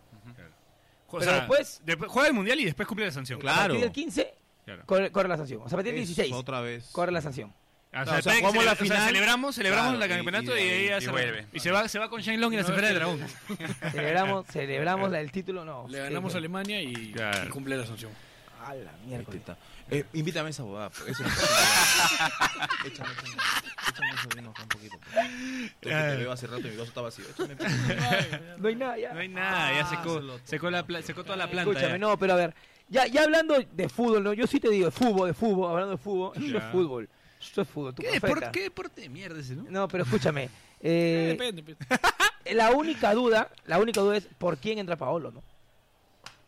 O Pero después- depu- juega el mundial y después cumple la sanción. A Claro. partir del 15 Claro. corre, corre la sanción. O sea, a partir del 16 Otra vez. corre la sanción. Ah, O sea, sea, después de que jugamos cele- la o sea, final. celebramos, celebramos Claro, la campeonato y- y, y- ahí y ya se vuelve. Y se va, se va con Shane Long y la esfera de dragón. Celebramos, celebramos la del título, no. le ganamos a Alemania y, Claro. y cumple la sanción. A la Ahí te miércoles. está. Eh, invítame esa bobada. pues, Eso, Échame, échame, échame ese vino acá un poquito. pues. Es que Te veo hace rato y mi vaso está vacío. Échame, pues. No hay nada ya. No hay nada, ya secó, Ah, secó, la pla- secó toda la planta. Escúchame, ya. no, pero a ver. Ya, ya hablando de fútbol, ¿no? Yo sí te digo, de fútbol, de fútbol, hablando de fútbol. Esto es Ya. fútbol. Esto es fútbol, tu ¿Qué, profeta. deporte, ¿Qué deporte de mierda ese, no? No, pero escúchame. Eh, eh, depende, pues. la única duda, la única duda es por quién entra Paolo, ¿no?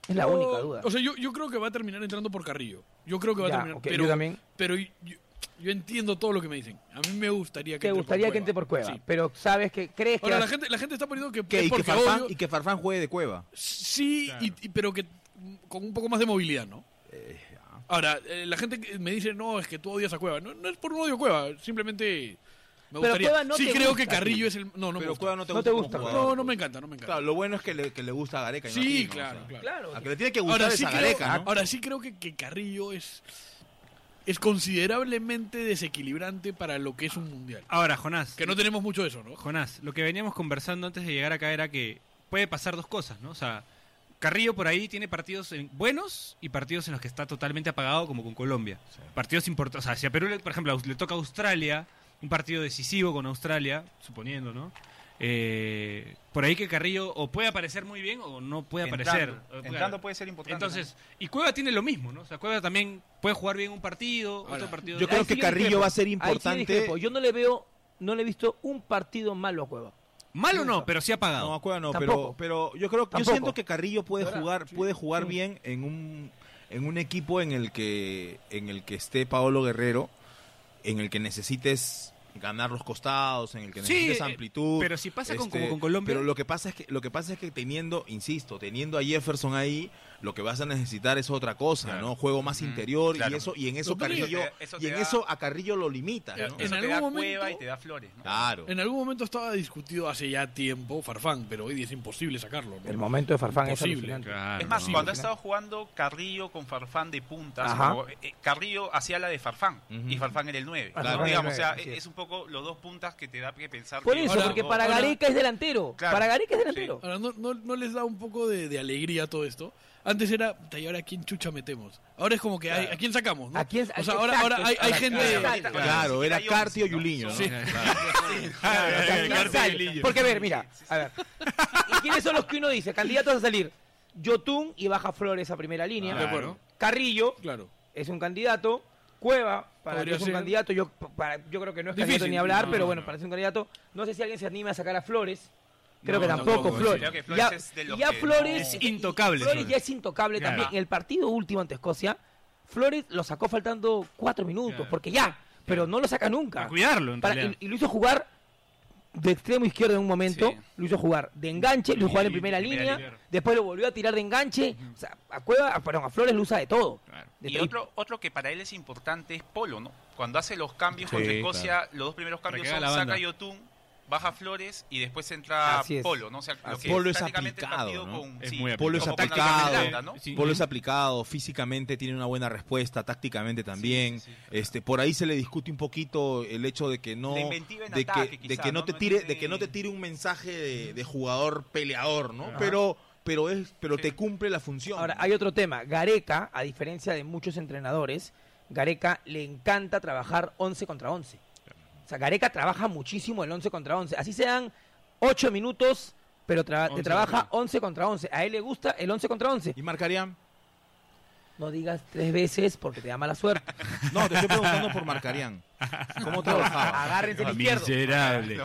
Es la Yo- única duda. O sea, yo, yo creo que va a terminar entrando por Carrillo. Yo creo que va Ya, a terminar. ok, pero yo también. pero yo, yo entiendo todo lo que me dicen. A mí me gustaría que Te entre gustaría por que entre por cueva, Sí. pero sabes que crees que Ahora, la vas- gente, la gente está poniendo que, Que- y, es que porque Farfán, odio. y que Farfán juegue de cueva. Sí, Claro. y- y- pero que mm, con un poco más de movilidad, ¿no? Ahora, eh, la gente que me dice, no, es que tú odias a Cueva. No, no es por un odio a Cueva, simplemente me gustaría. Cueva no sí, te creo gusta, que Carrillo es el. No, no, me pero gusta. cueva no te No gusta. te como gusta. jugador, no, no pues. me encanta, no me encanta. Claro, lo bueno es que le, que le gusta a Gareca. imagino, sí, o claro, sea. claro. Claro. A que le tiene que gustar Ahora es sí, a creo, Ah, Gareca, ¿no? ahora sí creo que, que Carrillo es, es considerablemente desequilibrante para lo que es un mundial. Ahora, Jonás. Que no tenemos mucho de eso, ¿no? Jonás, lo que veníamos conversando antes de llegar acá era que puede pasar dos cosas, ¿no? O sea, Carrillo por ahí tiene partidos en- buenos y partidos en los que está totalmente apagado, como con Colombia. Partidos importantes. O sea, si a Perú, le- por ejemplo, aus- le toca a Australia, un partido decisivo con Australia, suponiendo, ¿no? Eh, por ahí que Carrillo o puede aparecer muy bien o no puede aparecer. Entrando, O- entrando puede ser importante. Entonces, y Cueva tiene lo mismo, ¿no? O sea, Cueva también puede jugar bien un partido, Ahora, otro partido. yo creo Ahí que sí Carrillo discrepo. va a ser Ahí sí importante. discrepo. yo no le veo, no le he visto un partido malo a Cueva. Malo no, pero sí apagado. No, a Cueva no, Tampoco. pero, pero yo creo yo Tampoco. siento que Carrillo puede ¿Verdad? jugar, Sí. puede jugar Sí. bien en un en un equipo en el que en el que esté Paolo Guerrero, en el que necesites ganar los costados, en el que Sí, necesites eh, amplitud. pero si pasa con- como con Colombia. este, Pero lo que pasa es que lo que pasa es que teniendo, insisto, teniendo a Jefferson ahí, lo que vas a necesitar es otra cosa, Claro. ¿no? Juego más Ujú, interior claro. y eso y en eso Lo que- Carrillo eso te y en da- eso a Carrillo lo limitas, Ya, ¿no? en Eso te algún da momento- cueva y te da flores. ¿no? Claro. En algún momento estaba discutido hace ya tiempo Farfán, pero hoy es imposible sacarlo, ¿no? El momento de Farfán es Imposible. alucinante. Claro, Ah, Es más, no. cuando ha estado jugando Carrillo con Farfán de puntas, Ajá. como, eh, eh, Carrillo hacía la de Farfán Ujú. Ah, y Farfán era el 9. Claro. Farfán Digamos, era el o sea, nueve, sí. es un poco los dos puntas que te da que pensar. Por que- eso, Ahora- porque no, para ahora- Gareca es delantero. Claro. Para Gareca es delantero. Ahora, ¿no, no, no les da un poco de, de alegría todo esto? Antes era, "Puta, ¿y ahora a quién chucha metemos? Ahora es como que, ay, ¿a quién sacamos? no? ¿A quién- o sea, a- ahora, exacto, ahora hay, hay ahora- gente... claro, ahorita- Claro. Claro, sí, era hay Cartio y once, ¿no? Juliño, ¿no? Sí. Claro. O sea, ¿quién Carter sale? Lillo. Porque a ver, mira, a ver. ¿Y quiénes son los que uno dice? Candidatos a salir. Yotun y Baja Flores a primera línea. Claro. De acuerdo. Carrillo Claro. es un candidato. Cueva, para mí Podría es un ser. candidato. Yo, para- yo creo que no es Difícil. candidato ni hablar, No, pero no, bueno, no. parece un candidato. No sé si alguien se anima a sacar a Flores. Creo No, que tampoco, tampoco, Flores. creo que Flores ya es de los ya que Flores no- Es intocable, Flores Flores. ya es intocable Claro. también. En el partido último ante Escocia, Flores lo sacó faltando cuatro minutos, Claro. porque ya, pero no lo saca nunca. Para cuidarlo, en Para- realidad. y, y lo hizo jugar de extremo izquierdo en un momento, Sí. lo hizo jugar de enganche, lo hizo Y- jugar en y- primera primera línea, línea. después lo volvió a tirar de enganche. O sea, a Cueva, a- perdón, a Flores lo usa de todo. Claro. De Y todo. otro, otro que para él es importante es Polo, ¿no? Cuando hace los cambios Sí, contra Escocia, los dos primeros cambios que haga la son banda. saca Yotun baja Flores y después entra Así es. Polo, ¿no? O sea, lo Así que es. Polo es prácticamente el aplicado, partido ¿no? con- Es sí, muy Polo es como con una aplicado. pelota, ¿no? Sí. Polo es aplicado, físicamente tiene una buena respuesta, tácticamente también. sí, sí. Este, por ahí se le discute un poquito el hecho de que no, La inventiva en de, ataque, que, de quizá, que no, ¿no? te No tire, tiene- de que no te tire un mensaje de, de jugador peleador, ¿no? Pero, pero es, pero Sí. te cumple la función. Ahora, hay otro tema. Gareca, a diferencia de muchos entrenadores, Gareca le encanta trabajar 11 contra 11. O sea, Gareca trabaja muchísimo el 11 contra 11. Así sean 8 minutos, pero tra- te 11 trabaja contra 11 contra 11. A él le gusta el 11 contra 11. ¿Y marcarían? No digas tres veces porque te da mala suerte. No, te estoy preguntando por Marcarían. ¿Cómo trabajaba? Agárrense el izquierdo. Miserable.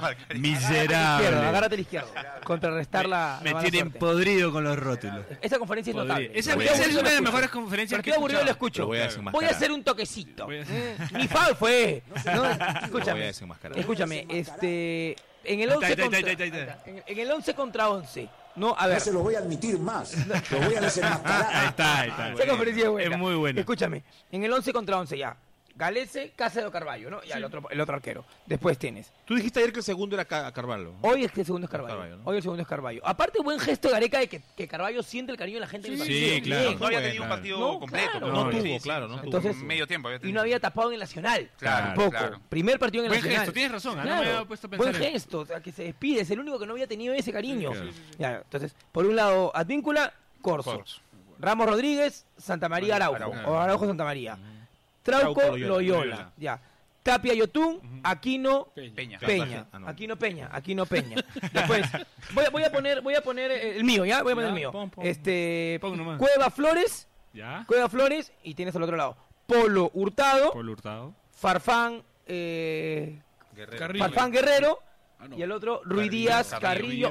Izquierdo, Miserable. agárrate el izquierdo. Contrarrestar la, Me la mala tienen suerte. podrido con los rótulos. Esa conferencia es Podrido. notable. Esa, esa Partido es una aburrido lo de las escucho. mejores conferencias que he Partido aburrido lo escuchado. Pues, escucho. Lo voy a Voy desenmascarar. a hacer un toquecito. Voy a- Mm, Mi foul fue. No, Lo voy a escúchame. desenmascarar. Escúchame, este en el Ahí está, 11 ahí está, contra ahí está, ahí está. ahí está, en- en el 11 contra 11. No, a ver. No se lo voy a admitir más. Lo voy a desenmascarar. Ah, Ahí está, ahí está. Esa conferencia es buena. Es muy buena. Escúchame, en el 11 contra 11 ya. Galese, Cáceres, Carballo, ¿no? Ya el otro el otro arquero. Después tienes. Tú dijiste ayer que el segundo era Ca- Carvalho. Hoy es que el segundo es Carballo. Carvalho, ¿no? Hoy el segundo es Carballo. Aparte buen gesto de Gareca de que, que Carballo siente el cariño de la gente en el Sí, partido. sí, claro. Bien. No había Bueno, tenido un partido no, completo. claro. pero No sí, tuvo, sí, claro, sí, no sí. tuvo. Entonces- medio tiempo había Y tenido. no había tapado en el Nacional. Claro, tampoco. Ah, claro. Primer partido en el Buen Nacional. gesto, tienes razón, ¿ah? No Claro, me había puesto a pensar Buen en- gesto, o sea, que se despide, es el único que no había tenido ese cariño. Sí, claro. Ya, entonces, por un lado, Advíncula, Corso. Corso. Ramos Rodríguez, Santa María Araujo. Araujo. O Araujo Santa María. Trauco, Trauco, Loyola. Loyola. Ya. Tapia Yotún, Aquino, Peña. Peña. Ah, no. Aquí no Peña, aquí no Peña. Después, voy a, voy a poner, voy a poner eh, el mío, ¿ya? Voy a poner Ya, el mío. pon, pon. Este, Pon nomás. Cueva Flores, ¿Ya? Cueva Flores, y tienes al otro lado. Polo Hurtado, Polo Hurtado. Farfán, eh, Carrillo. Farfán Guerrero Ah, no. y el otro Ruiz Díaz, Carrillo,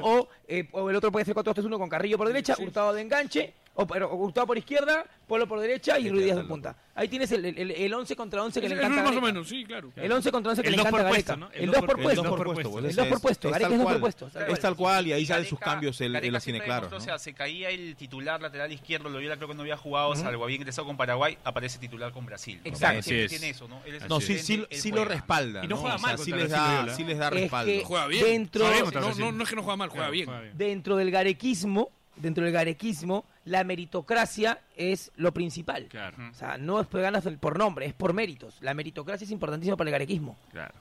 Carrillo. o, eh, o el otro puede ser 4-2-3-1 con Carrillo por derecha, Hurtado de enganche, o, pero, o Hurtado por izquierda, Polo por derecha y Ruiz Díaz de punta. Ahí tienes el, el, el- el 11 contra 11 que Es- le es encanta. a más o Gareca. menos, sí, claro. El 11 contra 11 que El le dos encanta por a puesto, Gareca. ¿no? El 2 por el puesto. dos por puesto, El dos por puesto, Gareca es dos por puesto, tal Es cual. tal cual y ahí salen Gareca- sus cambios, él, él Gareca las tiene siempre claras. demostró, ¿no? O sea, se caía el titular lateral izquierdo, Loyola creo que no había jugado, salvo había ingresado con Paraguay, aparece titular con Brasil. ¿no? Exacto. Él Así siempre es. tiene eso, ¿no? Él es No, el sí, sí, suplente, él sí lo juega. respalda. Y no juega O sea, mal sí contra les, Brasil, da, Loyola. sí les da Es respaldo. que- Juega bien. Dentro- Sabemos, Sí, no, sí. no, no es que no juega mal, juega bien. Dentro del garequismo, dentro del garequismo, la meritocracia es lo principal. Claro, O sea, no es por ganas por nombre, es por méritos. La meritocracia es importantísima para el garequismo. claro.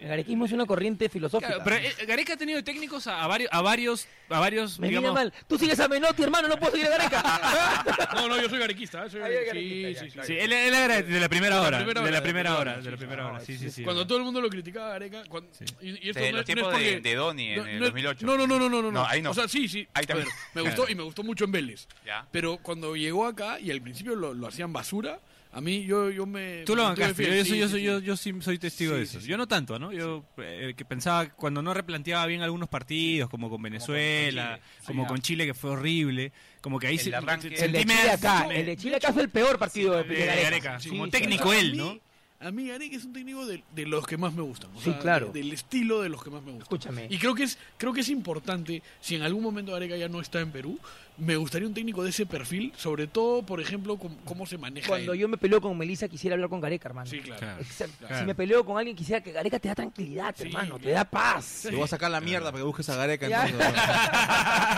El garequismo es una corriente filosófica. Pero eh, Gareca ha tenido técnicos a, a varios, a varios, a varios, Me mira digamos, mal. Tú sigues a Menotti, hermano, no puedo seguir a Gareca. No, no, yo soy garequista. ¿eh? Soy Ah, ya, garequista, Sí, ya, sí, sí. claro. Sí, él, él era de la primera hora. primera De hora, la primera hora. De la primera hora. Sí, sí, sí. Cuando todo el mundo lo criticaba Gareca. cuan- Y, y esto Sí, no, los es- no tiempos es porque- de- de Donny no- en el no es- 2008. No, no, no, no, no, no. No, ahí no. O sea, sí, sí. Ahí también. A ver, me gustó Claro. y me gustó mucho en Vélez. Ya. Pero cuando llegó acá y al principio lo, lo hacían basura, a mí yo, yo me. Tú me lo mantuve bancaste. fiel, Yo, sí, soy- yo, sí, soy- sí. yo, yo sí soy testigo Sí, de sí, eso. sí. Yo no tanto, ¿no? Yo eh, que pensaba cuando no replanteaba bien algunos partidos, como con Venezuela, como con Chile, que fue horrible, como que ahí El se- arranque- sentí el de me- Chile acá, me- el de Chile acá fue el peor partido de, de de Gareca. Gareca, Sí, como sí, técnico A él, mí- ¿no? A mí Gareca es un técnico de, de los que más me gustan. o Sí, sea, claro. de- del estilo de los que más me gustan. Escúchame. Y creo que es creo que es importante, si en algún momento Gareca ya no está en Perú, me gustaría un técnico de ese perfil, sobre todo, por ejemplo, com- cómo se maneja Cuando él. yo me peleo con Melissa quisiera hablar con Gareca, hermano. Sí, claro. Claro. Exacto. Claro. Si me peleo con alguien quisiera que Gareca te da tranquilidad, Sí, hermano, te claro. da paz. Te voy a sacar la mierda para que busques a Gareca. Ya. entonces.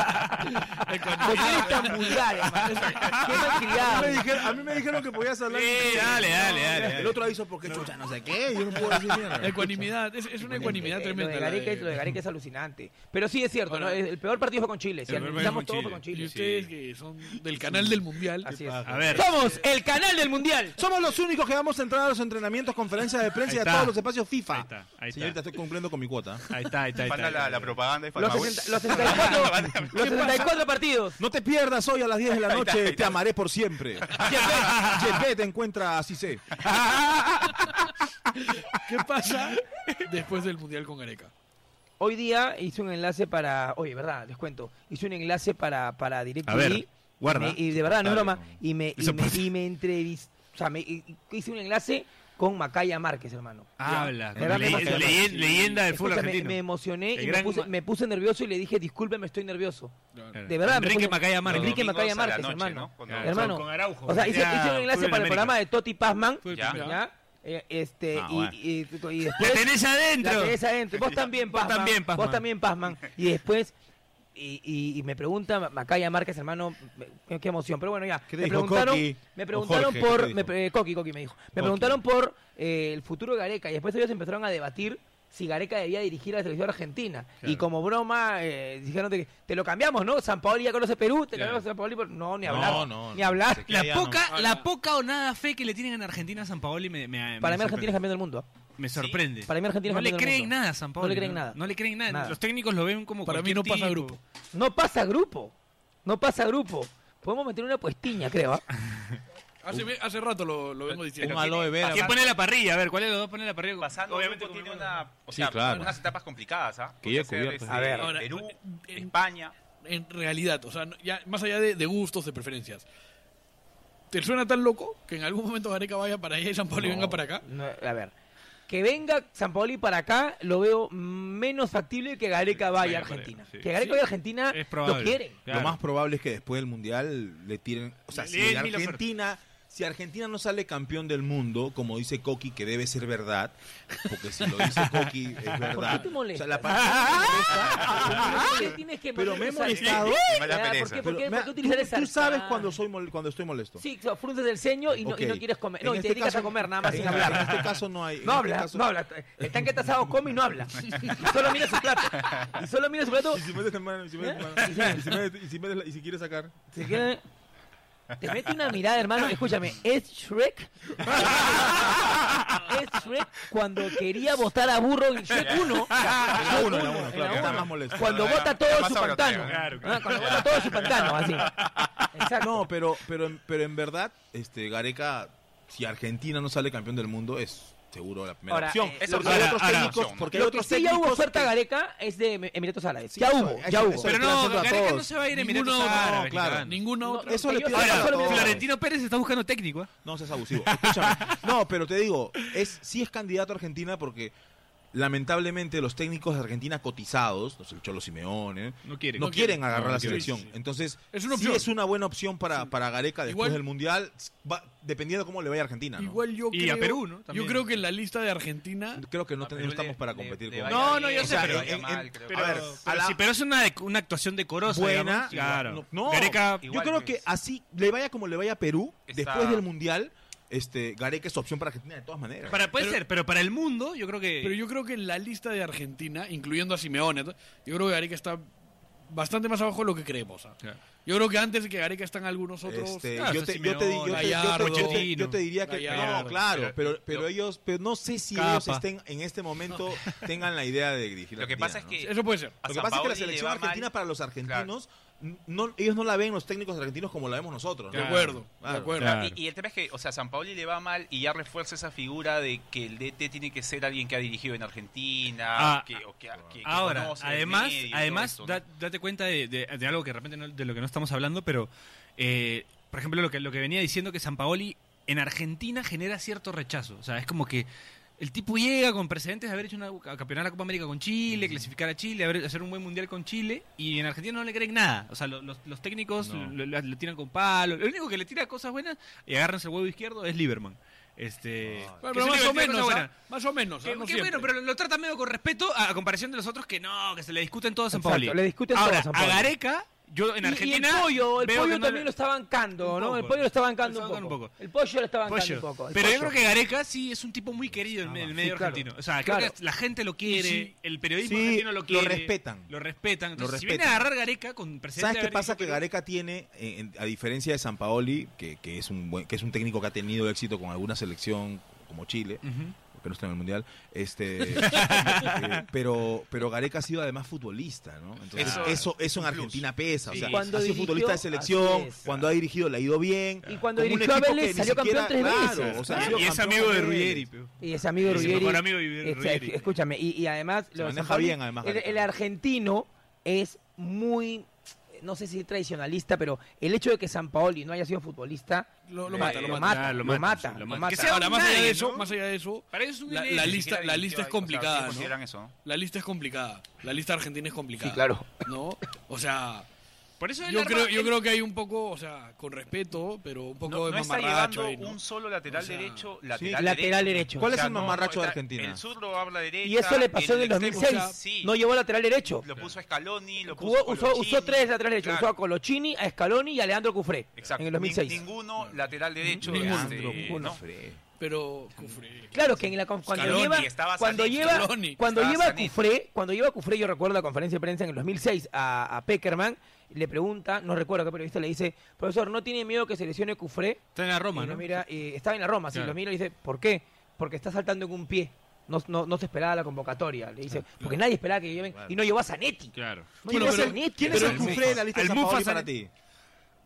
¿Por qué eres tan vulgar, hermano? Qué A mí me malcriado. dijeron- ah, a mí me dijeron que podías hablar. Sí, dale, dale, dale, dale. El otro aviso porque chucha, no sé qué. Yo no puedo decir La mierda. ecuanimidad, es, es una ecuanimidad Eh, tremenda. Lo de, la Gareca es, lo de Gareca es alucinante. Pero sí es cierto, ¿no? Ahora- el peor partido fue con Chile. Si El peor analizamos todo partido fue fue con con Y Chile. ustedes que son del canal del mundial. Así es. A ver. Somos el canal del mundial. Somos los únicos que vamos a entrar a los entrenamientos, conferencias de prensa Ahí y a está. todos los espacios FIFA. Ahí está, ahí está. Señorita, estoy cumpliendo con mi cuota. Ahí está, ahí está. ahí Falta está. la, la propaganda de Los, Falcao. 60 los 64, los 64 partidos. No te pierdas hoy a las 10 de la Ahí está, ahí noche, te está. amaré por siempre. Jepe te encuentra a Cissé. ¿Qué pasa después del mundial con Gareca? Hoy día hice un enlace para. Oye, ¿verdad? Les cuento. Hice un enlace para, para DirecTV. A ver, guarda. Y, me- y de verdad, no es broma. Y me, y me, Insoportable. y me entrevist- O sea, me, y- y hice un enlace con Macaya Márquez, hermano. Habla. Ya. Era con le- demasiado. leyen- Leyenda del fútbol Escúchame, Ah, argentino. me emocioné El y me gran puse, Ma- me puse nervioso y le dije, discúlpeme, estoy nervioso. Claro. De verdad. me Enrique puse- Macaya Márquez. Enrique Los Macaya domingos a la Márquez, noche, hermano. ¿no? Cuando- Claro. hermano. Con Araujo. O sea, hice, Ya, hice un fútbol enlace para el América. programa de Toti Pazman. Ya. ¿ya? Eh, este, Ah, y, bueno. y- y- y ¡La después. tenés adentro! La tenés adentro. Vos también, Vos Pazman. también, Pazman. Vos también, Pazman. Y después. Y, y- y me pregunta Macaya Márquez, hermano, me- qué, qué emoción. Pero bueno, ya. ¿Qué te me, dijo preguntaron, Coqui me o preguntaron Jorge? ¿Qué te por. me dijo? pre- Coqui, Coqui me dijo. Me Coqui. preguntaron por eh, el futuro de Gareca. Y después ellos empezaron a debatir si Gareca debía dirigir a la selección argentina. Claro. Y como broma, eh, dijeron de que te lo cambiamos, ¿no? San Paoli ya conoce Perú, te Claro. cambiamos a San Paoli. Por... No, ni No, hablar. no, ni no, hablar. se queda La Ya no. poca, la poca o nada fe que le tienen en Argentina a San Paoli me, me- Para me mí Argentina es sorprende. campeón del mundo. ¿ah? Me sorprende. Para mí Argentina es no le campeón del creen mundo. nada a San No Paoli. le creen nada. No le creen nada. Nada. Los técnicos lo ven como Para mí no cualquier pasa tipo. grupo. No pasa grupo. No pasa grupo. Podemos meter una puestiña, creo. ¿ah? Hace, ve- hace rato lo, lo vengo diciendo. Un aloe vera. ¿Quién pone la parrilla? A ver, ¿cuál de los dos pone la parrilla? Pasando obviamente tiene una, o Sí, sea, claro. unas etapas complicadas, ¿ah? Que ya Puede ser, cubierto. este, A ver. Ahora, Perú, en- España. en realidad, o sea, no- ya, más allá de, de gustos, de preferencias. ¿Te suena tan loco que en algún momento Gareca vaya para allá y San Pablo venga para acá? No, a ver. Que venga San Paoli para acá lo veo menos factible que Eh, Gareca vaya Vaya a para Argentina. allá, sí. Que Gareca vaya a Argentina Es lo probable. quieren. Claro. Lo más probable es que después del Mundial le tiren... O sea, Le si den mil Argentina... Si Argentina no sale campeón del mundo, como dice Coqui, que debe ser verdad, porque si lo dice Coqui es verdad. te molestas? O sea, la partida ¿Por qué tienes que Pero me he molestar? molestado. Ah, Mala ¿por qué- pereza. ¿Por qué, Pero me- por qué utilizar tú, esa? tú sabes Ah. cuando soy mol- cuando estoy molesto. Sí, o sea, frunces el ceño y no, y Ok. no quieres comer. No, En y te este dedicas caso- a comer nada más sin Claro, hablar. En este caso no hay. en No este habla, caso- no habla. Está encatazado, come y no habla. Y solo mira su plato. Y solo mira su plato. Y si metes la mano, y si metes la mano, y si metes- y si metes la- y si quieres sacar. Se queda- Te mete una mirada, hermano. Escúchame, es Shrek. Es Shrek cuando quería votar a Burro en Shrek 1. ah, Era uno, era uno, Era claro, uno. está más molesto. Cuando Era- vota todo era su más pantano. abroteo, claro, Ah, Cuando vota todo su pantano, así. Exacto. No, pero, pero, en- pero en verdad, este, Gareca, si Argentina no sale campeón del mundo, es seguro la primera Ahora, opción. eh, Es lo porque que- hay otros ahora, técnicos, ahora. porque hay Lo que otros sí ya hubo técnicos oferta que- Gareca es de Em- Emiratos Árabes. Sí, Ya eso- hubo, eso- ya hubo. eso- Pero le están no, haciendo a Gareca no todos. se va a ir a Ninguno, Emiratos no, Árabes. claro. cagando. Ninguna otra. eso le ellos- piden a ellos Ahora, solamente- todos. Florentino Pérez está buscando técnico. ¿eh? ¿ah? No seas abusivo. Escúchame. No, pero te digo, es, sí es candidato a Argentina porque lamentablemente los técnicos de Argentina cotizados, no sé, el Cholo Simeone, No quiere. no quieren No quieren. agarrar No, la no quieren. selección. Sí, sí. Entonces, Es una sí opción. es una buena opción para, para Gareca después Igual- del Mundial, va- dependiendo de cómo le vaya a Argentina. ¿no? Igual yo Y creo, a Perú, ¿no? También. Yo creo que en la lista de Argentina Creo que no, ten- no Perú estamos Ah, le- para le- competir le con vaya No, no, bien, yo sé, le pero- vaya en- mal, en- creo. Pero, A ver, pero a la- sí, pero es una, una actuación decorosa. digamos. buena. Claro. No, Gareca, yo Igual, creo pues. que así le vaya como le vaya a Perú, Está- después del Mundial, este Gareca es opción para Argentina de todas maneras. para, puede Pero- ser, pero para el mundo, yo creo que. Pero yo creo que en la lista de Argentina, incluyendo a Simeone, to- yo creo que Gareca está bastante más abajo de lo que creemos. ¿ah? Claro. Yo creo que antes de que Gareca están algunos otros. Ah, Este, Claro, yo, está te, yo, te, di- yo, te, yo te- Gallardo, yo te- yo te diría que Gallardo. no, claro, pero, pero Lo- ellos, pero no sé si Capa. ellos estén en este momento tengan la idea de dirigir. Lo que la Argentina, pasa es ¿no? que Eso puede ser. a lo que San pasa es que la Paoli le selección va mal. argentina para los argentinos, n- no, ellos no la ven los técnicos argentinos como la vemos nosotros. De ¿no? acuerdo, Claro. de acuerdo. Claro. Y, y el tema es que, o sea, San Paoli le va mal y ya refuerza esa figura de que el DT tiene que ser alguien que ha dirigido en Argentina, Ah, que, o que- que- que Ahora, conoce el además, medio y todo además esto, ¿no? da- date cuenta de, de- de algo que de repente no- de lo que no estamos hablando, pero eh, por ejemplo lo que, lo que venía diciendo que San Paoli en Argentina genera cierto rechazo. O sea, es como que el tipo llega con precedentes de haber hecho una a campeonar la Copa América con Chile, clasificar a Chile, haber- hacer un buen mundial con Chile, y en Argentina no le creen nada. O sea, lo- los, los técnicos No. lo, lo- lo tiran con palo. Lo único que le tira cosas buenas y agarran el huevo izquierdo es Lieberman. Este, Ah. Bueno, que pero es el único más, o que tira menos, cosas ¿ah? buenas. más o menos, ¿ah? Que, No que siempre. bueno, pero lo trata medio con respeto a, a comparación de los otros que no, que se le discuten todos a San Exacto, Paoli. le discuten Ahora, todo a San Paoli. a Gareca, yo en Y- Argentina. y el pollo, el veo pollo que no también le- lo está bancando, Un ¿no? el poco. pollo lo está bancando Lo un está poco. bancando un poco. El pollo lo está bancando Pollo. un poco. el Pero yo pollo. creo que Gareca sí es un tipo muy querido en, el medio Sí, claro. argentino. O sea, creo Claro. que la gente lo quiere, Sí. el periodismo Sí, argentino lo lo quiere. respetan. Lo respetan. Entonces, Lo si viene respetan. a agarrar Gareca con presidente. ¿Sabes qué pasa? Que Gareca tiene, eh, en- a diferencia de San Paoli, que, que es un buen, que es un técnico que ha tenido éxito con alguna selección como Chile, que no está en el mundial, este, eh, pero, pero Gareca ha sido además futbolista, ¿no? Entonces eso, Eso- eso, en un plus. Argentina pesa, o Sí. sea, Cuando ha sido dirigió, futbolista de selección, así es. cuando ha dirigido le ha ido bien, Y cuando con un dirigió a equipo que Vélez, ni salió campeón siquiera- tres claro, veces. o sea, Y- ha Y, sido es campeón amigo con de Vélez. Ruggeri. pe. Y es amigo de Es el Ruggeri. mejor amigo de Ruggeri. Exacto, Escúchame, y, y además... Se lo de maneja San Paoli, bien, además, El, Gareca. el argentino es muy... No sé si tradicionalista, pero el hecho de que San Paoli no haya sido futbolista Lo- lo eh, mata, lo mata. Ah, lo lo mata, mata, sí, lo lo mata. mata. Que sea Ahora, más nadie, allá de eso, ¿no? más allá de eso, Para ellos es un la, inés, la ni lista, la lista es complicada, ¿no? consideran eso, no? La lista es complicada. La lista argentina es complicada. Sí, claro. ¿No? O sea, Por eso él Yo arma- creo, yo él- creo que hay un poco, o sea, con respeto, pero un poco No, de no está mamarracho llevando ahí, ¿no? un solo lateral O sea, derecho. sí, Lateral, lateral derecho. ¿Cuál es el no, mamarracho de está- Argentina? El zurdo habla derecha. Y eso le pasó en el extremo, 2006. o sea, sí, No llevó lateral derecho. lo puso a Scaloni, lo puso Jugó- a usó, Colochini. usó tres laterales derechos. Claro. Usó a Colochini, a Scaloni y a Leandro Cufré. Exacto. En el 2006. Nin- ninguno lateral derecho. Ninguno. este, Ninguno. no. Pero, cufre. Claro que en la, con- cuando Scaloni, lleva estaba cuando Zanetti, lleva Scaloni, cuando estaba lleva a Zanetti. Cufré, cuando lleva a Cufré, yo recuerdo la conferencia de prensa en el 2006 a, a Peckerman, le pregunta, no recuerdo qué periodista le dice, "Profesor, ¿no tiene miedo que se lesione Cufré?" Está en la Y Roma, lo ¿no? mira, eh, estaba en la Roma, sí, Claro. lo mira y dice, ¿por qué? Porque está saltando en un pie. No, no, no se esperaba la convocatoria. Le dice, porque nadie esperaba que lleven. Y no llevó a Zanetti. Claro. No Bueno, llevó a pero- Zanetti. ¿Quién es Pero el el Cufré de la lista de el San Paoli Mufa para sale- ti?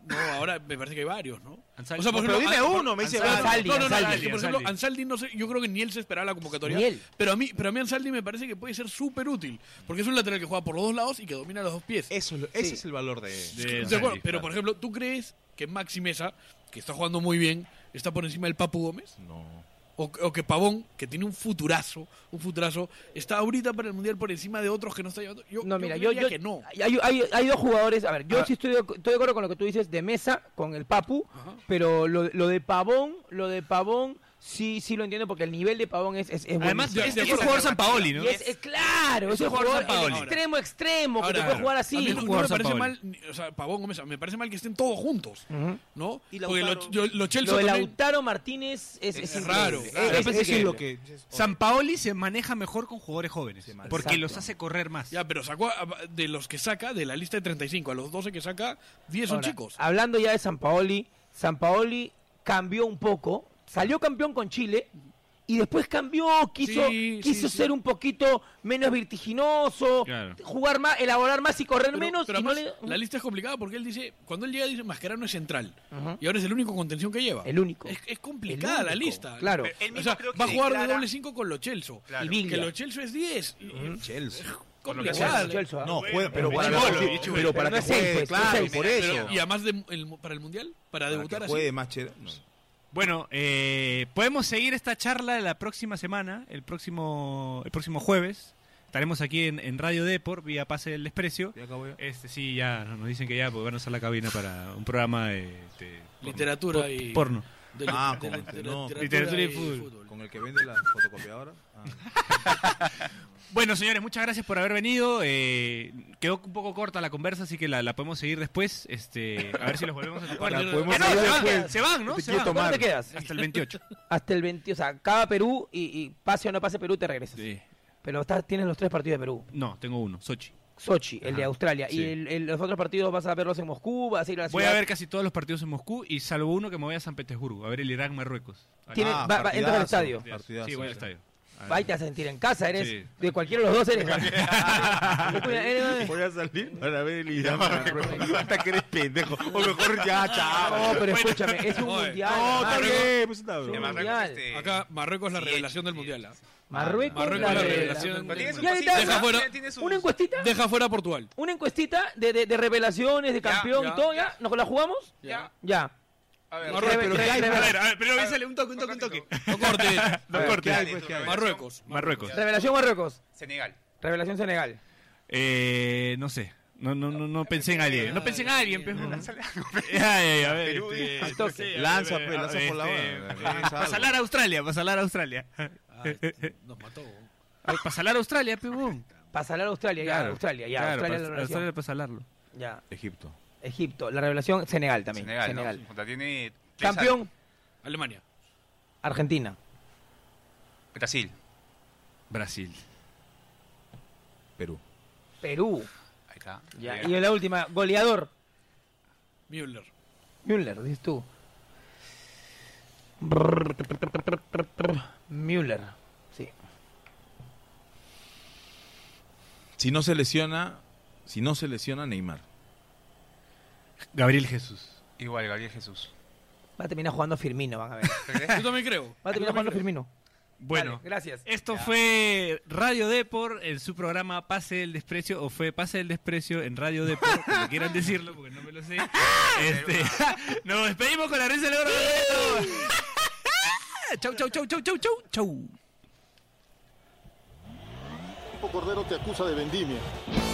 No, ahora me parece que hay varios, ¿no? Ansaldi. O sea, por No, pero ejemplo, dime An- uno, me dice Ansaldi, no, no, no, Ansaldi, es que, por ejemplo, Ansaldi. Ansaldi no sé, yo creo que ni él se esperaba la convocatoria. Ni él. Pero a mí, pero a mí Ansaldi me parece que puede ser súper útil, porque es un lateral que juega por los dos lados y que domina los dos pies. Eso es lo- ese es el valor de... De- Estoy de acuerdo, Ansaldi, pero claro. por ejemplo, ¿tú crees que Maxi Mesa, que está jugando muy bien, está por encima del Papu Gómez? No. O, o que Pavón, que tiene un futurazo, un futurazo, está ahorita para el Mundial por encima de otros que no está llevando. Yo, No, mira, yo, yo, creería yo que no. Hay, hay- hay dos jugadores. A ver, yo A ver. sí estoy de, estoy de acuerdo con lo que tú dices de Mesa, con el Papu, pero lo, lo de Pavón, lo de Pavón sí sí lo entiendo porque el nivel de Pavón es, es, es Además, buenísimo. es, es de un acuerdo. jugador San Paoli, este ¿no? Y es, es- claro, es un jugador San el Paoli. extremo extremo que te puede ahora, jugar a mí así. no, no jugador me San parece Paoli. mal, ni- o sea, Pavón Gómez, me parece mal que estén todos juntos, Ujú. ¿no? Y Porque Lautaro. lo, yo- lo Chelsea Lo de también- Lautaro Martínez es, es, Es increíble. raro, Ah, Es- claro. es- Yo pensé es que lo increíble. que... San Paoli se maneja mejor con jugadores jóvenes. Porque Exacto. los hace correr más. Ya, pero sacó a- de los que saca, de la lista de 35, a los 12 que saca, 10 son Ahora, chicos. Hablando ya de San Paoli, San Paoli cambió un poco, salió campeón con Chile y después cambió, quiso, Sí, quiso sí, sí. ser un poquito menos vertiginoso, Claro. jugar más, elaborar más y correr Pero- menos. pero y no además, le- La lista es complicada porque él dice, cuando él llega dice Mascherano es central. Ajá. Y ahora es el único contención que lleva. El único. Es, es complicada El la único, lista. claro. Pero él O mismo sea, creo que va a jugar de declara- doble 5 con lo Chelso. Claro. y Que Villa. lo Chelsea es 10. Y- Chelsea. Complicada. Chelsea, Chelsea, ¿ah? No, juega, pero para, Cholo, sí, Cholo. pero para Pero no que es seis, juegue, pues, no claro, es por seis. eso. Y además de- el- para el Mundial, para, Para debutar que así. juegue más chévere. Bueno, eh, podemos seguir esta charla la próxima semana, el próximo, el próximo jueves. Estaremos aquí en, en Radio Depor, vía Pase del Desprecio. Este, sí, ya nos dicen que ya pues, van a usar la cabina para un programa de, de porno. Literatura Por- y- porno. de- Ah, de- con- de- no, de- literatura y fútbol. Con el que vende la fotocopiadora. Ah. Bueno, señores, muchas gracias por haber venido. Eh, quedó un poco corta la conversa, así que la, la podemos seguir después. Este, a ver si los volvemos a topar. La Eh, podemos no, seguir se, van, después. se van, ¿no? Te Se van. quiero tomar. ¿Dónde te quedas? Hasta el 28. Hasta el 20, o sea, acaba Perú y, y pase o no pase Perú te regresas. Sí. Pero estás, tienes los tres partidos de Perú. No, tengo uno, Sochi. Sochi, el de Ajá, Australia. Y sí. el- el- los otros partidos vas a verlos en Moscú, vas a ir a la Voy ciudad. a ver casi todos los partidos en Moscú y salvo uno que me voy a San Petersburgo, a ver el Irán-Marruecos. Tiene- Ah, va- va- entras al partidazo. estadio. Partidazo, sí, voy al sí. estadio. A ver. Ahí te vas a sentir en casa, eres Sí. de cualquiera de los dos eres. Voy a salir para ver el idioma. Hasta que eres pendejo. O mejor ya, No, chao. pero escúchame, es un Oye, mundial. No, está hermano. bien. Pues está Sí, bien. Marruecos, Mundial. este, Acá Marruecos es la Sí, revelación del sí, Mundial. ¿ah? Marruecos, Marruecos la es la revelación. revelación. Pero tiene sus Ya cositas, está, ¿no? fuera. Tiene- tiene sus- ¿Una encuestita? Deja fuera a Portugal. ¿Una encuestita de, de- de revelaciones, de Ya, campeón y ya, todo? ¿Ya? ¿Nos la jugamos? Ya. Ya. A ver, Marruecos, Reve- pero re- ya hay- A revela- ver, a ver, pero avísale un toque, un toque, un toque. No corte. Ah, No A ver, corte. ¿qué hay, Dale, pues, tu qué hay? Marruecos. Marruecos. Revelación Marruecos. Senegal. Revelación Senegal. Eh, no sé. No, no, no, no pensé en alguien. No pensé en alguien, pero. Ay, ay, a ver, Perú, este, al no toque. sé, a ver, Lanza, a ver, pues, lanza a ver, por la este, hora. eh, Lanza para algo. salar a Australia, para salar a Australia. Ah, este, nos mató. Ay, Para salar a Australia, pebón. Pasará a Australia, ya, Claro. Australia, ya, Claro, Australia, para- la revelación. Australia para salarlo. Ya. Egipto. Egipto, la revelación Senegal también. Senegal. Senegal, ¿no? Puta, tiene tres Campeón, Alemania. Argentina. años. Brasil. Brasil. Perú. Perú. Ahí está. Ya. Llega. Y la última, goleador. Müller. Müller, dices tú. Müller. Sí. Si no se lesiona, si no se lesiona Neymar. Gabriel Jesús. Igual, Gabriel Jesús. Va a terminar jugando Firmino, van a ver. Yo también creo. Va a terminar jugando Firmino. Bueno, Vale, gracias. Esto fue Radio Depor en su programa Pase del Desprecio, o fue Pase del Desprecio en Radio Depor, como quieran decirlo, porque no me lo sé. Este, nos despedimos con la risa del oro. Chau, chau, chau, chau, chau, chau, chau. Cordero te acusa de vendimia.